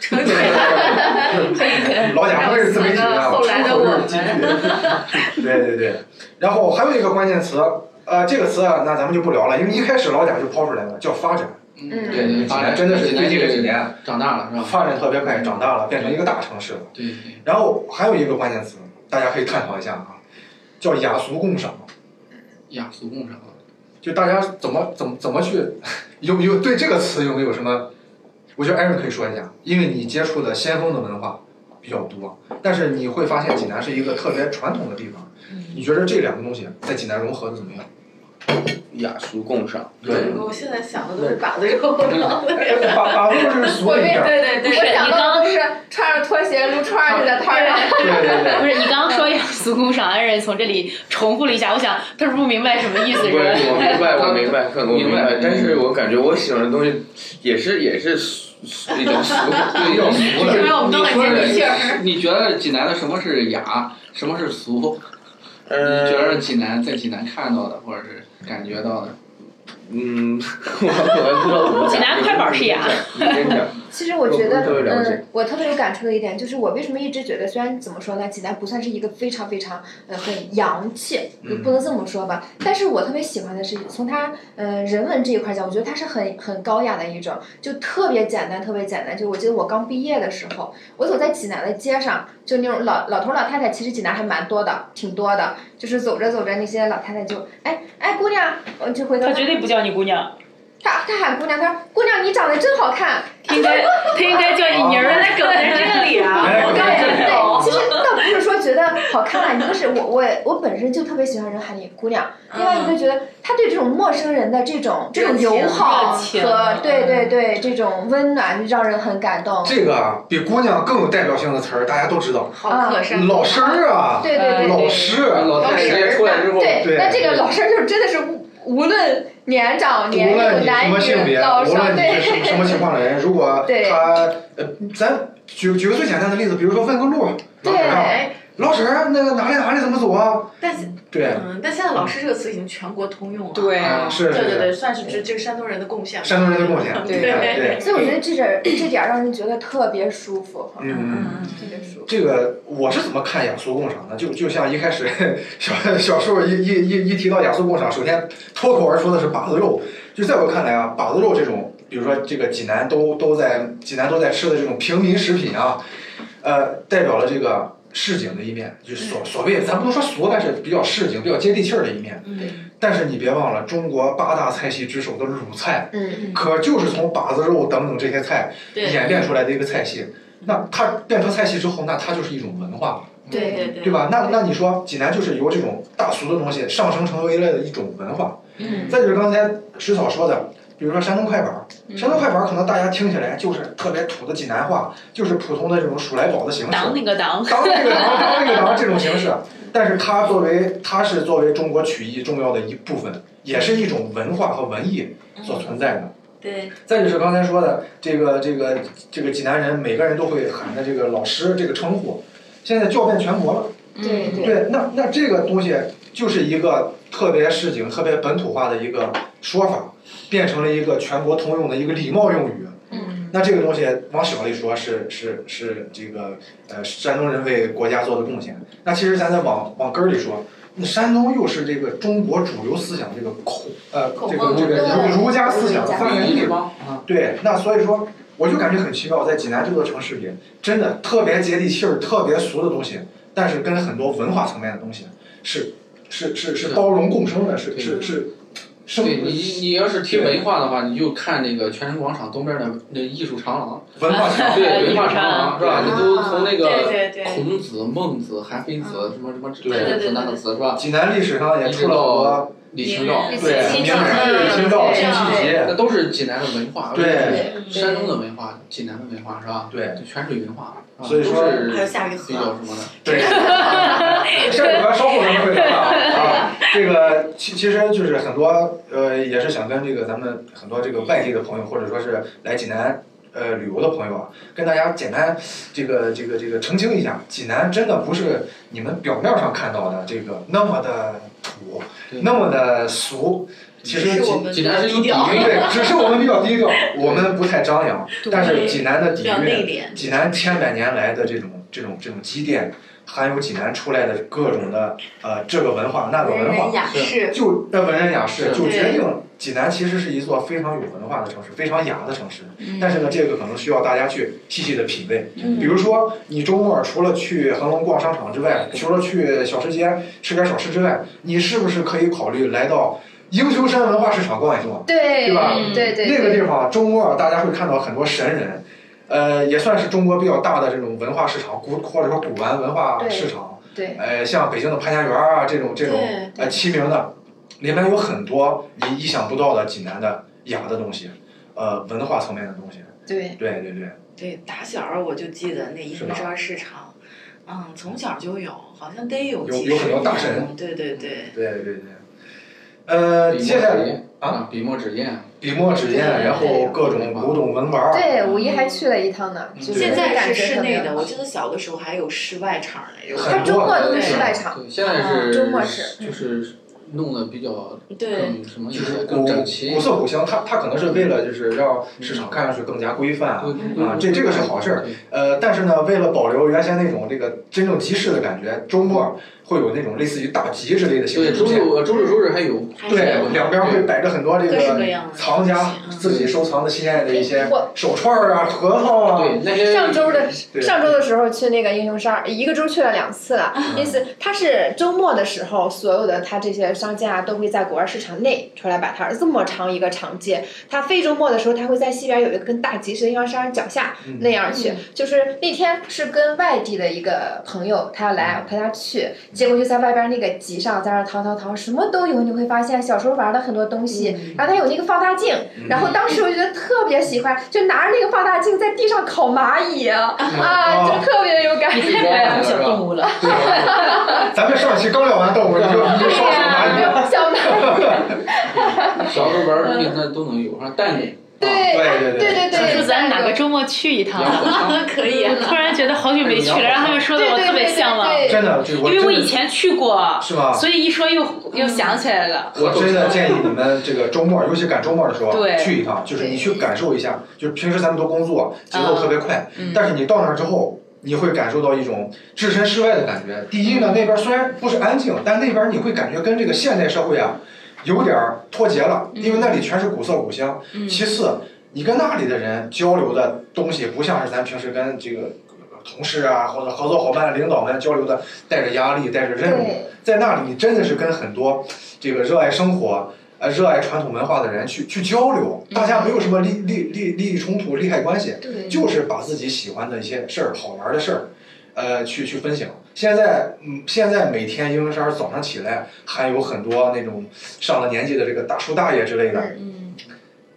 C: 成
B: 对
C: 全。
B: 老贾都是自媒体啊，
C: 后来的
B: 出口就是
C: 我
B: 机遇。对对对，然后还有一个关键词，呃，这个词啊，那咱们就不聊了，因为一开始老贾就抛出来了，叫发展。
D: 嗯，
F: 嗯
D: 对对，
B: 济
D: 发
B: 南
D: 展
B: 真的是
D: 济南
B: 最近这几
D: 是
B: 年。
D: 长大了是吧？
B: 发展特别快，长大了变成一个大城市了。
D: 对对，
B: 然后还有一个关键词，大家可以探讨一下啊，叫雅俗共赏。
D: 雅俗共赏。
B: 就大家怎么怎么怎么去，有有对这个词有没有什么？我觉得艾瑞可以说一下，因为你接触的先锋的文化比较多，但是你会发现济南是一个特别传统的地方。
F: 嗯
B: 你觉得这两个东西在济南融合的怎么样？
G: 雅俗共赏。
B: 对
C: 我现在想的都是把子肉，
B: 把把路是俗
F: 我
B: 一
F: 也
B: 点儿，
C: 对对
F: 我
C: 对，
F: 想到的都是穿着拖拖鞋、撸串儿去的摊儿上。
B: 对对对，
E: 不是你刚刚说要苏工赏恩人，从这里重复了一下，我想他是不明白什么意思，是
G: 不是，
E: 吧？
G: 我明白，我明白， 我明
D: 明白
G: 白。但是我感觉我喜欢的东西也是也是俗俗 一种俗，
B: 对一种俗
C: 因为
B: 的。
C: 我们都很接地气儿。
D: 哎你觉得济南的什么是雅，什么是俗？你觉得
G: 嗯
D: 济南在济南看到的或者是感觉到的？
G: 嗯， 我我不
E: 济
G: 知道怎么讲。
E: 南快板是
C: 啊
E: 雅
G: 你先讲，
F: 其实我觉
G: 我
F: 得，
G: 不是特别了解
F: 嗯，我特别有感触的一点就是，我为什么一直觉得，虽然怎么说呢，济南不算是一个非常非常呃很洋气，
B: 嗯
F: 不能这么说吧，但是我特别喜欢的是从它呃人文这一块讲，我觉得它是很很高雅的一种，就特别简单，特别简单。就我记得我刚毕业的时候，我走在济南的街上，就那种老老头老太太，其实济南还蛮多的，挺多的，就是走着走着，那些老太太就哎哎姑娘，我就回头
E: 他绝对不叫你姑娘，
F: 她她喊姑娘，她说姑娘你长得真好看。
E: 他应该他应该叫你
B: 哦
E: 妮儿。那梗在这 里啊
B: 哎
E: 我刚才
B: 对
E: 懂。
F: 其实倒不是说觉得好看，啊一个是我我我本身就特别喜欢人喊你姑娘，另外一个觉得他对这种陌生人的这种这种友好
E: 热情
F: 和
E: 嗯
F: 对对对这种温暖，就让人很感动。
B: 这个啊比姑娘更有代表性的词儿，大家都知道，
C: 好
F: 嗯
C: 可善，
B: 老师儿啊，
F: 对对对
B: 老
F: 对
B: 师，啊
D: 老太太直接出来之后，
B: 对
F: 对，那这个老师就真的是无无论年长年
B: 无论
F: 幼
B: 你什
F: 男
B: 么性
F: 女
B: 别，
F: 老
B: 无
F: 少，
B: 论你是什么
F: 对
B: 什么情况的人，如果
F: 对
B: 他呃，咱举举个最简单的例子，比如说问个路，老
F: 对
B: 婶儿啊，
C: 哎，
B: 老婶儿那个哪里哪里怎么走啊？
C: 但是
B: 对，
C: 嗯，但现在老师这个词已经全国通用了。
E: 对
B: 啊是
C: 对
B: 是
C: 对
B: 是，
C: 对，算是这这个山东人的贡献吧。嗯
B: 山东人的贡献，
E: 对
B: 对，
F: 所以我觉得这点儿这点儿让人觉得特别舒服，
B: 嗯嗯。
C: 嗯
F: 特别舒服。
B: 这个我是怎么看雅俗共赏的？就就像一开始 小小树一一一一提到雅俗共赏，首先脱口而出的是把子肉。就在我看来啊，把子肉这种，比如说这个济南都都在济南都在吃的这种平民食品啊，呃，代表了这个市井的一面，就是所所谓咱不能说俗，但是比较市井、比较接地气儿的一面。
C: 嗯，
B: 但是你别忘了，中国八大菜系之首的鲁菜，
F: 嗯，
B: 可就是从把子肉等等这些菜
C: 对
B: 演变出来的一个菜系。那它变成菜系之后，那它就是一种文化了。
C: 对对对
B: 对？吧？那那你说济南就是由这种大俗的东西上升成为了一种文化。
C: 嗯
B: 再就是刚才水草说的，比如说山东快板儿，山东快板儿可能大家听起来就是特别土的济南话，就是普通的这种数来宝的形式，当
E: 当那个当，
B: 那个当当那个当这种形式。但是它作为它是作为中国曲艺重要的一部分，也是一种文化和文艺所存在的。
C: 对，
B: 再就是刚才说的这个这个这个济南人，每个人都会喊的这个老师这个称呼，现在叫遍全国了。
F: 对对
B: 对，那那这个东西就是一个特别市井、特别本土化的一个说法，变成了一个全国通用的一个礼貌用语。
F: 嗯，
B: 那这个东西往小里说是是是这个呃山东人为国家做的贡献，那其实咱再往往根儿里说，那山东又是这个中国主流思想这个孔呃
C: 孔
B: 这个
C: 孟
B: 这个
F: 对
B: 儒儒家思想的发源地。
D: 帮啊，
B: 对，那所以说，我就感觉很奇妙，在济南这座城市里，真的特别接地气儿、特别俗的东西，但是跟很多文化层面的东西是是是是包容共生的，是是是生
D: 对你你要是提文化的话，你就看那个泉城广场东边的那艺术长廊，
B: 文化层面。
D: 对，文
E: 艺术
D: 化
E: 长
D: 长
E: 廊
D: 廊是吧？你都从那
C: 对
D: 个
C: 对对，
D: 孔子、孟子、韩非子什么什么这
B: 对
D: 个
C: 对对
D: 子那个子是吧？
B: 济南历史上也出了好多
D: 李清照，
C: 名人
B: 对名
C: 辛弃疾
B: 人，李清照、辛弃
D: 那
B: 疾，
D: 都是济南的文化，
B: 对
D: 山东的文化，济南的文化是吧？
B: 对
D: 就全是文化，是吧
B: 所以说
D: 都是
C: 还有夏雨
D: 比
C: 荷，
D: 较什么的。
B: 对。下一个稍后咱们会聊到啊，这个其其实就是很多呃，也是想跟这个咱们很多这呃个外地的朋友，或者说是来济南呃旅游的朋友啊，跟大家简单这个这个这个澄清一下，济南真的不是你们表面上看到的这个那么的土，
D: 对
B: 那么的俗，其实
C: 是
B: 济
C: 我们
D: 济南是
C: 低
D: 有底蕴
C: 调，
D: 的，
B: 对，只是我们比较低调，我们不太张扬，但是济南的
C: 比
B: 底
C: 较
B: 蕴
C: 内敛。
B: 济南千百年来的这种这种这种积淀，含有济南出来的各种的呃这个文化那个文
C: 文
B: 化
C: 人，雅士，
B: 就呃文人雅士，
D: 是
B: 就
C: 对
B: 决定济南其实是一座非常有文化的城市，非常雅的城市。
C: 嗯
B: 但是呢，这个可能需要大家去细细的品味。比如说，你周末除了去恒隆逛商场之外，除了去小吃街吃点小吃之外，你是不是可以考虑来到英雄山文化市场逛一逛？
F: 对嗯
B: 对吧
F: 对对
B: 那个地
F: 对，
B: 方周末大家会看到很多神人，呃，也算是中国比较大的这种文化市场，古或者说古玩文化市场。
F: 对
B: 呃，像北京的潘家园啊这种这种
C: 对
B: 呃齐名的，里面有很多你意想不到的济南的雅的东西，呃，文化层面的东西。
F: 对。
B: 对对对，
C: 对，打小儿我就记得那银
B: 是
C: 河
B: 吧
C: 超市场，嗯，从小就有，好像得有
B: 有
C: 几
B: 有
C: 十
B: 很多大
C: 年
B: 神
C: 了对对对，
B: 对对对。呃，接下来啊
D: 啊，笔墨纸砚，
B: 笔墨纸砚，然后各种古董文玩儿，
F: 对，五一还去了一趟呢，
B: 嗯
F: 就是
C: 现在
F: 感
C: 是
F: 觉
C: 室
F: 特别
C: 内的，
F: 好
C: 我记得小的时候还有室外场儿来着，
B: 很
F: 它周末都是室外场，
D: 对，现在是
F: 周末是
D: 就是弄得比较
C: 对
D: 更什么一
B: 就
D: 些
B: 是
D: 更
B: 古
D: 整齐嗯
B: 古，色古香，它它可能是为了就是让市场看上去更加规范啊，啊这这个是好事儿
D: 对。
B: 呃，但是呢，为了保留原先那种这个真正集市的感觉，周末会有那种类似于大集之类的形
D: 对，
B: 式
D: 周
B: 出现。
D: 六周六周日还有，
C: 还是
B: 对
C: 有，
B: 两边会摆着很多这
C: 各式各
B: 个
C: 样的
B: 藏家
C: 东西嗯
B: 自己收藏的心爱的一些
F: 我
B: 手串儿啊、核桃啊。
D: 对那些
F: 上周的
B: 对
F: 上周的时候去那个英雄商，一个周去了两次
C: 啊
F: 了。
B: 嗯
F: 因此，他是周末的时候，所有的他这些商家都会在古玩市场内出来摆摊儿，这么长一个长街。他非周末的时候，他会在西边有一个跟大集市的英雄商脚下
B: 嗯
F: 那样去。就是那天是跟外地的一个朋友，他要来，我陪他去，结果就在外边那个集上在那儿淘淘淘，什么都有。你会发现小时候玩的很多东西，
E: 嗯
F: 然后他有那个放大镜，
B: 嗯
F: 然后当时我觉得特别喜欢，就拿着那个放大镜在地上烤蚂蚁啊，
B: 哦
F: 就特别有感
E: 你
F: 觉。
E: 太白小动物了，
B: 对吧咱们上期刚聊完动物，你就你就说什
F: 对
B: 么？
F: 呀，小蚂蚁，
D: 小时候玩儿命那都能有，像蛋饼，
F: 对
B: 对对
F: 对对
E: 是
F: 对，
E: 不是咱哪个周末去一趟
D: 羊
E: 啊？
D: 火汤，
C: 可以啊，
E: 突然觉得好久没去了，让他们说的
F: 对
E: 我
F: 对
E: 特别
F: 对对
E: 向往，
F: 对
B: 真的，就
E: 因
B: 我
E: 为我以
B: 真的
E: 前去过，
B: 是吧？
E: 所以一说又又想起来了。
B: 我真的建议你们这个周末，尤其赶周末的时候
E: 对
B: 去一趟，就是你去感受一下。就是平时咱们都工作，节奏
E: 嗯
B: 特别快，
E: 嗯
B: 但是你到那儿之后，你会感受到一种置身事外的感觉。第一呢，那边虽然不是安静，但那边你会感觉跟这个现代社会啊有点儿脱节了，因为那里全是古色古香。
E: 嗯
B: 其次，你跟那里的人交流的东西，不像是咱平时跟这个。同事啊，或者合作伙伴、领导们交流的，带着压力，带着任务，在
F: 对
B: 那里，你真的是跟很多这个热爱生活、呃热爱传统文化的人去去交流，大家没有什么利利利利益冲突、利害关系，
F: 对，
B: 就是把自己喜欢的一些事儿、好玩的事儿，呃，去去分享。现在，嗯，现在每天英文山早上起来，还有很多那种上了年纪的这个大叔大爷之类的，
C: 嗯，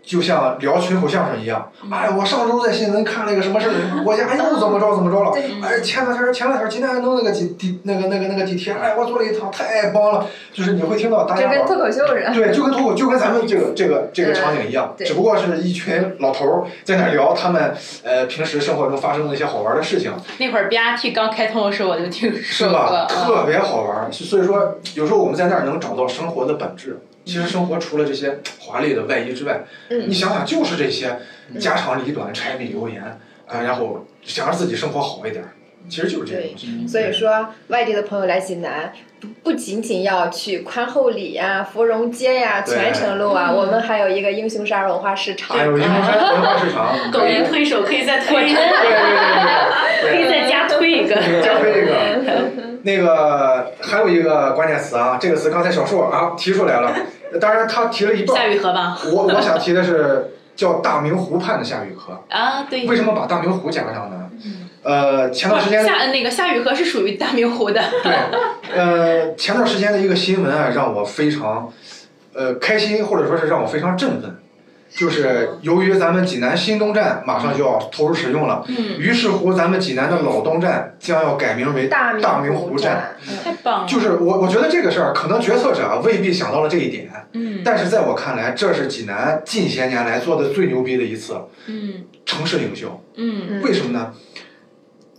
B: 就像聊群口相声一样。哎，我上周在新闻看了一个什么事儿，什么国家，哎呦怎么着怎么着了。
F: 对
B: 哎，前两天前两天济南安东那个地地那个那个那个地铁，哎，我坐了一趟，太棒了。就是你会听到大
F: 就
B: 家
F: 跟
B: 伙
F: 脱口秀似的。
B: 对，就跟脱口，就跟咱们这个这个这个场景一样，
F: 对
B: 只不过是一群老头儿在那聊他们呃平时生活中发生的一些好玩的事情，
E: 那会儿 BRT 刚开通的时候，我就听
B: 是
E: 说过
B: 吧？。特
E: 嗯
B: 别好玩儿。所以说，有时候我们在那儿能找到生活的本质。其实生活除了这些华丽的外衣之外，
F: 嗯
B: 你想想就是这些家长里短、柴米油盐啊、然后想让自己生活好一点儿，其实就是这个东嗯西。
F: 嗯所以说，外地的朋友来济南，不不仅仅要去宽厚里呀、芙蓉街呀、
B: 对
F: 泉城路啊，我们还有一个英雄沙文化市场
B: 还。哎有一个 文化市场，
C: 苟延推手可以再
E: 果
C: 推，
E: 真
B: 对对对对对。
E: 可以在家推一个，
B: 加菲这个，那个还有一个关键词啊，这个词刚才小树啊提出来了，当然他提了一
E: 夏
B: 半，
E: 雨荷吧？
B: 我我想提的是叫大明湖畔的夏雨荷，
E: 啊，对。
B: 为什么把大明湖加上呢？呃，前段时间
E: 嗯哦夏那个夏雨荷是属于大明湖的，
B: 对，呃，前段时间的一个新闻啊，让我非常呃开心，或者说是让我非常振奋。就是由于咱们济南新东站马上就要投入使用了，
C: 嗯，
B: 于是乎咱们济南的老东站将要改名为
F: 大
B: 大明
F: 湖
B: 湖站。
E: 太 棒了。
B: 就是我，我觉得这个事儿可能决策者啊未必想到了这一点，
E: 嗯
B: 但是在我看来，这是济南近些年来做的最牛逼的一次
E: 嗯
B: 城市营销。
E: 嗯
F: 嗯
B: 为什么呢？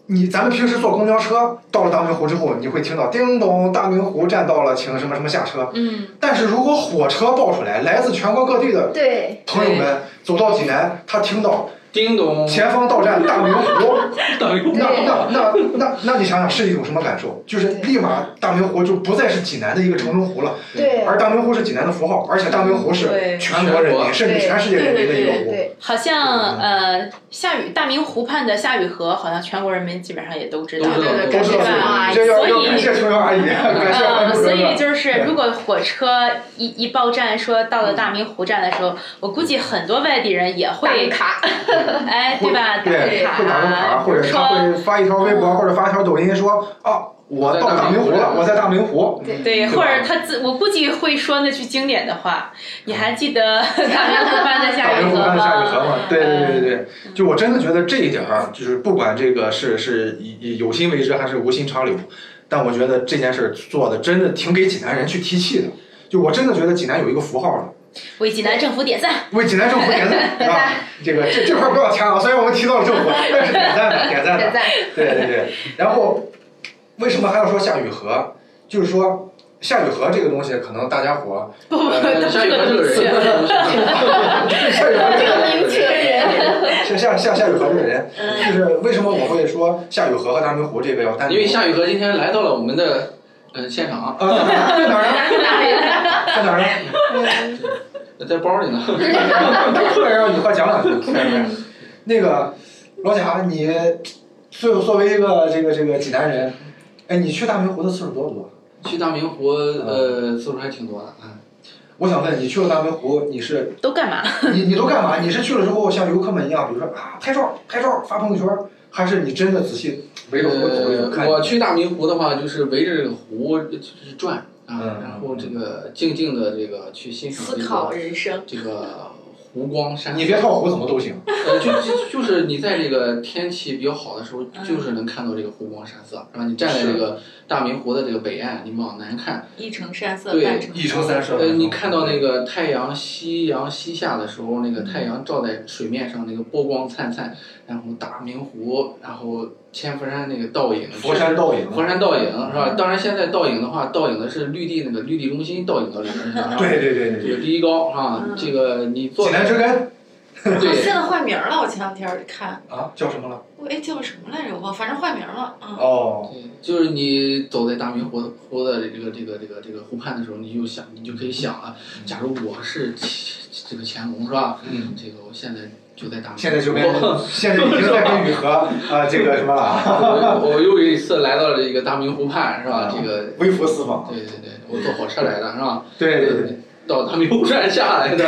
B: 你咱们平时坐公交车到了大明湖之后，你会听到叮咚，大明湖站到了，请什么什么下车。
E: 嗯，
B: 但是如果火车爆出来，来自全国各地的
F: 嗯对，
B: 朋友们走到济南，他听到
D: 叮咚，
B: 前方到站大明湖，
D: 等一会儿
B: 那
F: 对
B: 那那那那你想想是一种什么感受？就是立马大明湖就不再是济南的一个城中湖了。
F: 对，
B: 而大明湖是济南的符号，而且大明湖是
E: 对
B: 全国人民，甚至全世界人民的一个
F: 对
B: 湖。
F: 对，
E: 好像呃，夏雨大明湖畔的夏雨荷，好像全国人民基本上也都知道。
D: 都知道
C: 对对
B: 都
C: 对，
B: 知道
C: 感谢爸妈
E: 哎
B: 这要
E: 所以
B: 要感谢琼瑶阿姨，感谢关
E: 嗯，
B: 注
E: 所
B: 哥
E: 以
B: 哥。
E: 就是，如果火车一一报站说到了大明湖站的时候，我估计很多外地人也会
F: 打卡，
E: 哎，对啊吧？
B: 对，会打个卡，或者他会发一条微博，或者发一条抖音说，哦，我到大明湖了，我在大明湖。
E: 对对，或者他自我估计会说那句经典的话，你还记得 大明湖畔的夏
B: 大
E: 雨
B: 明湖
E: 荷
B: 畔夏雨荷
E: 吗？
B: 嘛，对对对对对，就我真的觉得这一点啊，就是不管这个是是以以有心为之还是无心插柳，但我觉得这件事儿做的真的挺给济南人去提气的。就我真的觉得济南有一个符号了，
E: 为济南政府点 赞，
B: 为济南政府点赞啊！这个这这块儿不要掐啊，虽然我们提到了政府，但是点赞的点赞的
F: 点。赞，
B: 对对对。然后为什么还要说夏雨荷？就是说夏雨荷这个东西，可能大家伙
E: 不不，
D: 呃夏雨荷这个人，
B: 夏雨荷这个
E: 名气的人，
B: 像夏夏夏雨荷这个人，就是为什么我会说夏雨荷和大明湖这个要单独？
D: 因为夏雨荷今天来到了我们的呃现场，
B: 啊，在哪儿呢？在哪儿呢？啊
D: 在包里呢。
B: 突然让雨荷讲两句，那个老贾，你作作为一个这个这个济南人，哎，你去大明湖的次数多不多？
D: 去大明湖呃次数还挺多的，嗯。
B: 我想问你去了大明湖，你是
E: 都干 嘛？
B: 你你都干嘛？你是去了之后像游客们一样，比如说啊拍照拍照发朋友圈，还是你真的仔细围着我走一走看？
D: 呃，我去大明湖的话，就是围着这个湖就是转啊，
B: 嗯
D: 然后这个静静的这个去欣赏
C: 思
D: 这
C: 考
D: 个
C: 人生，
D: 这个湖光山
B: 你别跳湖怎么都行。
D: 呃，就就就是你在这个天气比较好的时候，
C: 嗯
D: 就是能看到这个湖光山色，然后你站在这个大明湖的这个北岸，你往南看，
C: 一城山色
D: 对
C: 半 城
B: 一城三社
D: 呃，你看到那个太阳夕阳西下的时候，那个太阳照在水面上，那个波光灿灿，然后大明湖，然后千佛山那个倒影，
B: 佛山倒影，
D: 佛山倒影啊是吧？当然，现在倒影的话，倒影的是绿地那个绿地中心倒影到里边去了，啊
B: 对对对
D: 这
B: 对
D: 个第一高啊，
C: 嗯
D: 这个你做
B: 济南之根
C: 哦现
D: 对，
C: 在换名儿了，我前两天儿看，
B: 啊，叫什么了？
C: 我哎叫什么来着？我忘了，反正换名儿了。嗯，
B: 哦，
D: 对就是你走在大明湖湖的这个这个这个这个湖畔的时候，你就想，你就可以想了，假如我是乾这个乾隆是吧？
B: 嗯，
D: 这个我现在就在大明湖，
B: 现在就跟 现在已经在跟雨禾啊这个什么了啊，
D: 我我又一次来到了一个大明湖畔是吧？这个
B: 微服私访。
D: 对对对，我坐火车来的是吧？
B: 对对对，
D: 到大明湖站下来的。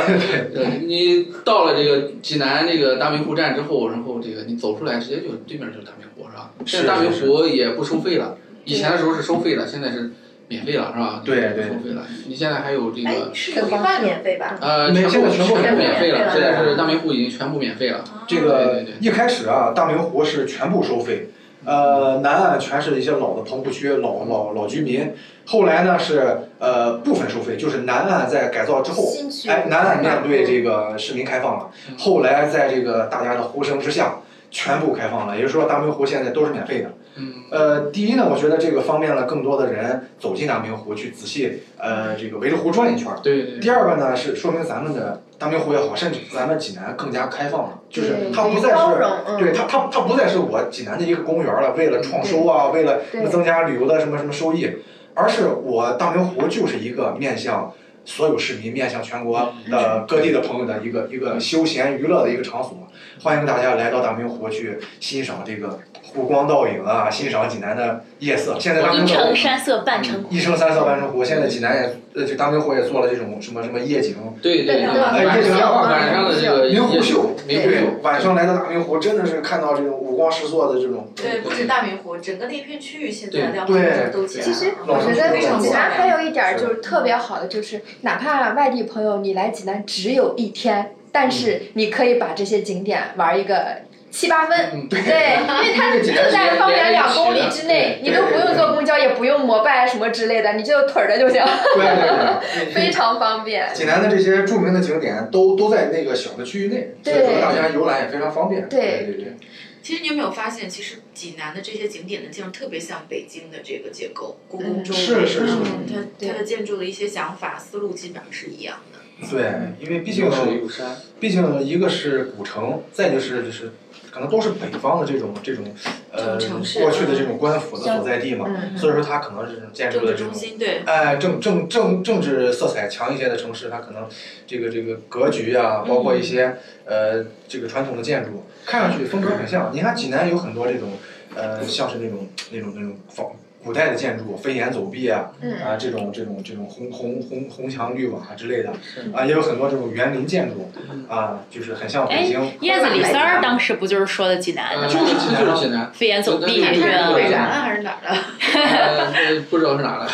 D: 对，你到了这个济南这个大明湖站之后，然后这个你走出来，直接就对面就是大明湖，是吧？
B: 是
D: 现在大明湖也不收费了，以前的时候是收费的，现在是免费了，是吧？
B: 对对
D: 收费了。你现在还有这
H: 哎
D: 个，
H: 是有一半免费吧？
D: 呃，
B: 没
D: 全
B: 现
D: 部
B: 在全部
D: 全部免费
H: 免费
D: 了，
H: 了
D: 现在是大明湖已经全部免费了。
B: 这
D: 对
B: 个
D: 对对
B: 一开始啊，大明湖是全部收费，呃，南岸全是一些老的棚户区、老老老居民。后来呢是呃部分收费，就是南岸在改造之后，
H: 新区
B: 哎，南岸面对
F: 嗯
B: 这个市民开放了，
D: 嗯
B: 后来在这个大家的呼声之下，全部开放了，也就是说大明湖现在都是免费的。
D: 嗯，
B: 呃，第一呢，我觉得这个方便了更多的人走进大明湖去仔细呃这个围着湖转一圈儿。
D: 对对。
B: 第二个呢是说明咱们的大明湖也好，甚至咱们济南更加开放了，就是
F: 对
B: 它不再
H: 包
B: 是。
H: 容，嗯，
B: 对它，它它不再是我济南的一个公园了，为了创收啊，为了
F: 对
B: 增加旅游的什么什么收益，而是我大明湖就是一个面向所有市民、面向全国
D: 嗯
B: 的各地的朋友的一个一个休闲娱乐的一个场所，欢迎大家来到大明湖去欣赏这个湖光倒影啊，欣赏济南的夜色。现在大明
E: 一
B: 湖
E: 城山色半城湖
B: 一。城三色万城湖，现在济南也呃，就大明湖也做了这种什么什么夜景，
D: 对对
H: 对
D: 对，
H: 对
B: 对
D: 晚
B: 对
D: 上晚上的这个
B: 明湖秀，
D: 明湖
B: 对
D: 秀，，
B: 晚上来到大明湖，真的是看到这种五光十色的这种，
C: 对，不止大明湖，整个那片区域现在
D: 对
C: 亮
B: 对啊
C: 度都起来
F: 其
C: 了。
F: 实
B: 老
F: 我
B: 师
F: 觉
B: 说的
F: 得济南还有一点儿
B: 是
F: 就是特别好的，就是哪怕外地朋友你来济南只有一天，但
B: 嗯
F: 是你可以把这些景点玩一个七八分。
D: 嗯，
F: 对， 因为它就在方圆两公里之内，你都不用坐公交，也不用摩拜什么之类的，你就腿儿着就行，
B: 对对 对，
F: 非常方便。
B: 济南的这些著名的景点都都在那个小的区域内，所
F: 对
B: 以说大家游览也非常方便。
F: 对
B: 对对，
C: 其实你有没有发现，其实济南的这些景点的建筑特别像北京的这个结构，故宫周围，
B: 是是是
C: 嗯它
F: 对
C: 它的建筑的一些想法思路基本上是一样的。
B: 对，因为毕
D: 毕
B: 竟
D: 是有山，
B: 毕竟一个是古城，再就是就是可能都是北方的这种这种呃
C: 这种城市
B: 过去的这种官府的所在地嘛，
H: 嗯，
B: 所以说它可能是这种建
C: 政
B: 筑的
C: 治
B: 这
C: 中
B: 种
C: 心对，
B: 哎，政政政政治色彩强一些的城市，它可能这个这个格局啊，包括一些、
C: 嗯
B: 呃这个传统的建筑，看上去风格很像。你看济南有很多这种呃像是那种那种那种仿古代的建筑，飞檐走壁啊，
F: 嗯
B: 啊这种这种这种红红红红墙绿瓦之类的
D: 是，
B: 啊也有很多这种园林建筑，啊就是很像北
E: 哎
B: 京，
E: 叶子李三儿当时不就是说的济南的
D: 呃
E: 吗？
D: 就是这就是济南，
E: 飞檐走壁，
D: 对
E: 是
D: 对对
E: 吧
D: 对
C: 北
D: 对
C: 燃了还是哪儿了？
D: 呃不知道是哪了。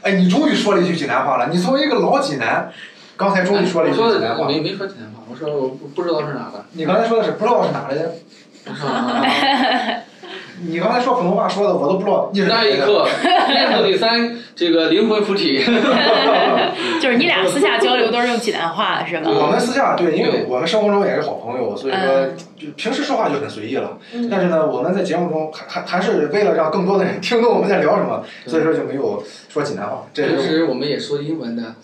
B: 哎你终于说了一句济南话了，你作为一个老济南，刚才终于说了一
D: 我
B: 句
D: 哎说
B: 济南
D: 的
B: 话，
D: 没没说济南话，我说我不不知道是哪的。
B: 你刚才说的是不知道是哪来的，你刚才说普通话说的我都不知道你是哪
D: 那一
B: 来的。
D: 刻，叶子李三这个灵魂附体，
E: 就是你俩私下交流都是用济南话是
B: 我
E: 吗？
B: 们私下对，因为
D: 对
B: 我们生活中也是好朋友，所以说
E: 嗯
B: 就平时说话就很随意了。
C: 嗯
B: 但是呢，我们在节目中还还还是为了让更多的人 听懂我们在聊什么，所以说就没有说济南话。这
D: 平
B: 是
D: 时我们也说英文的，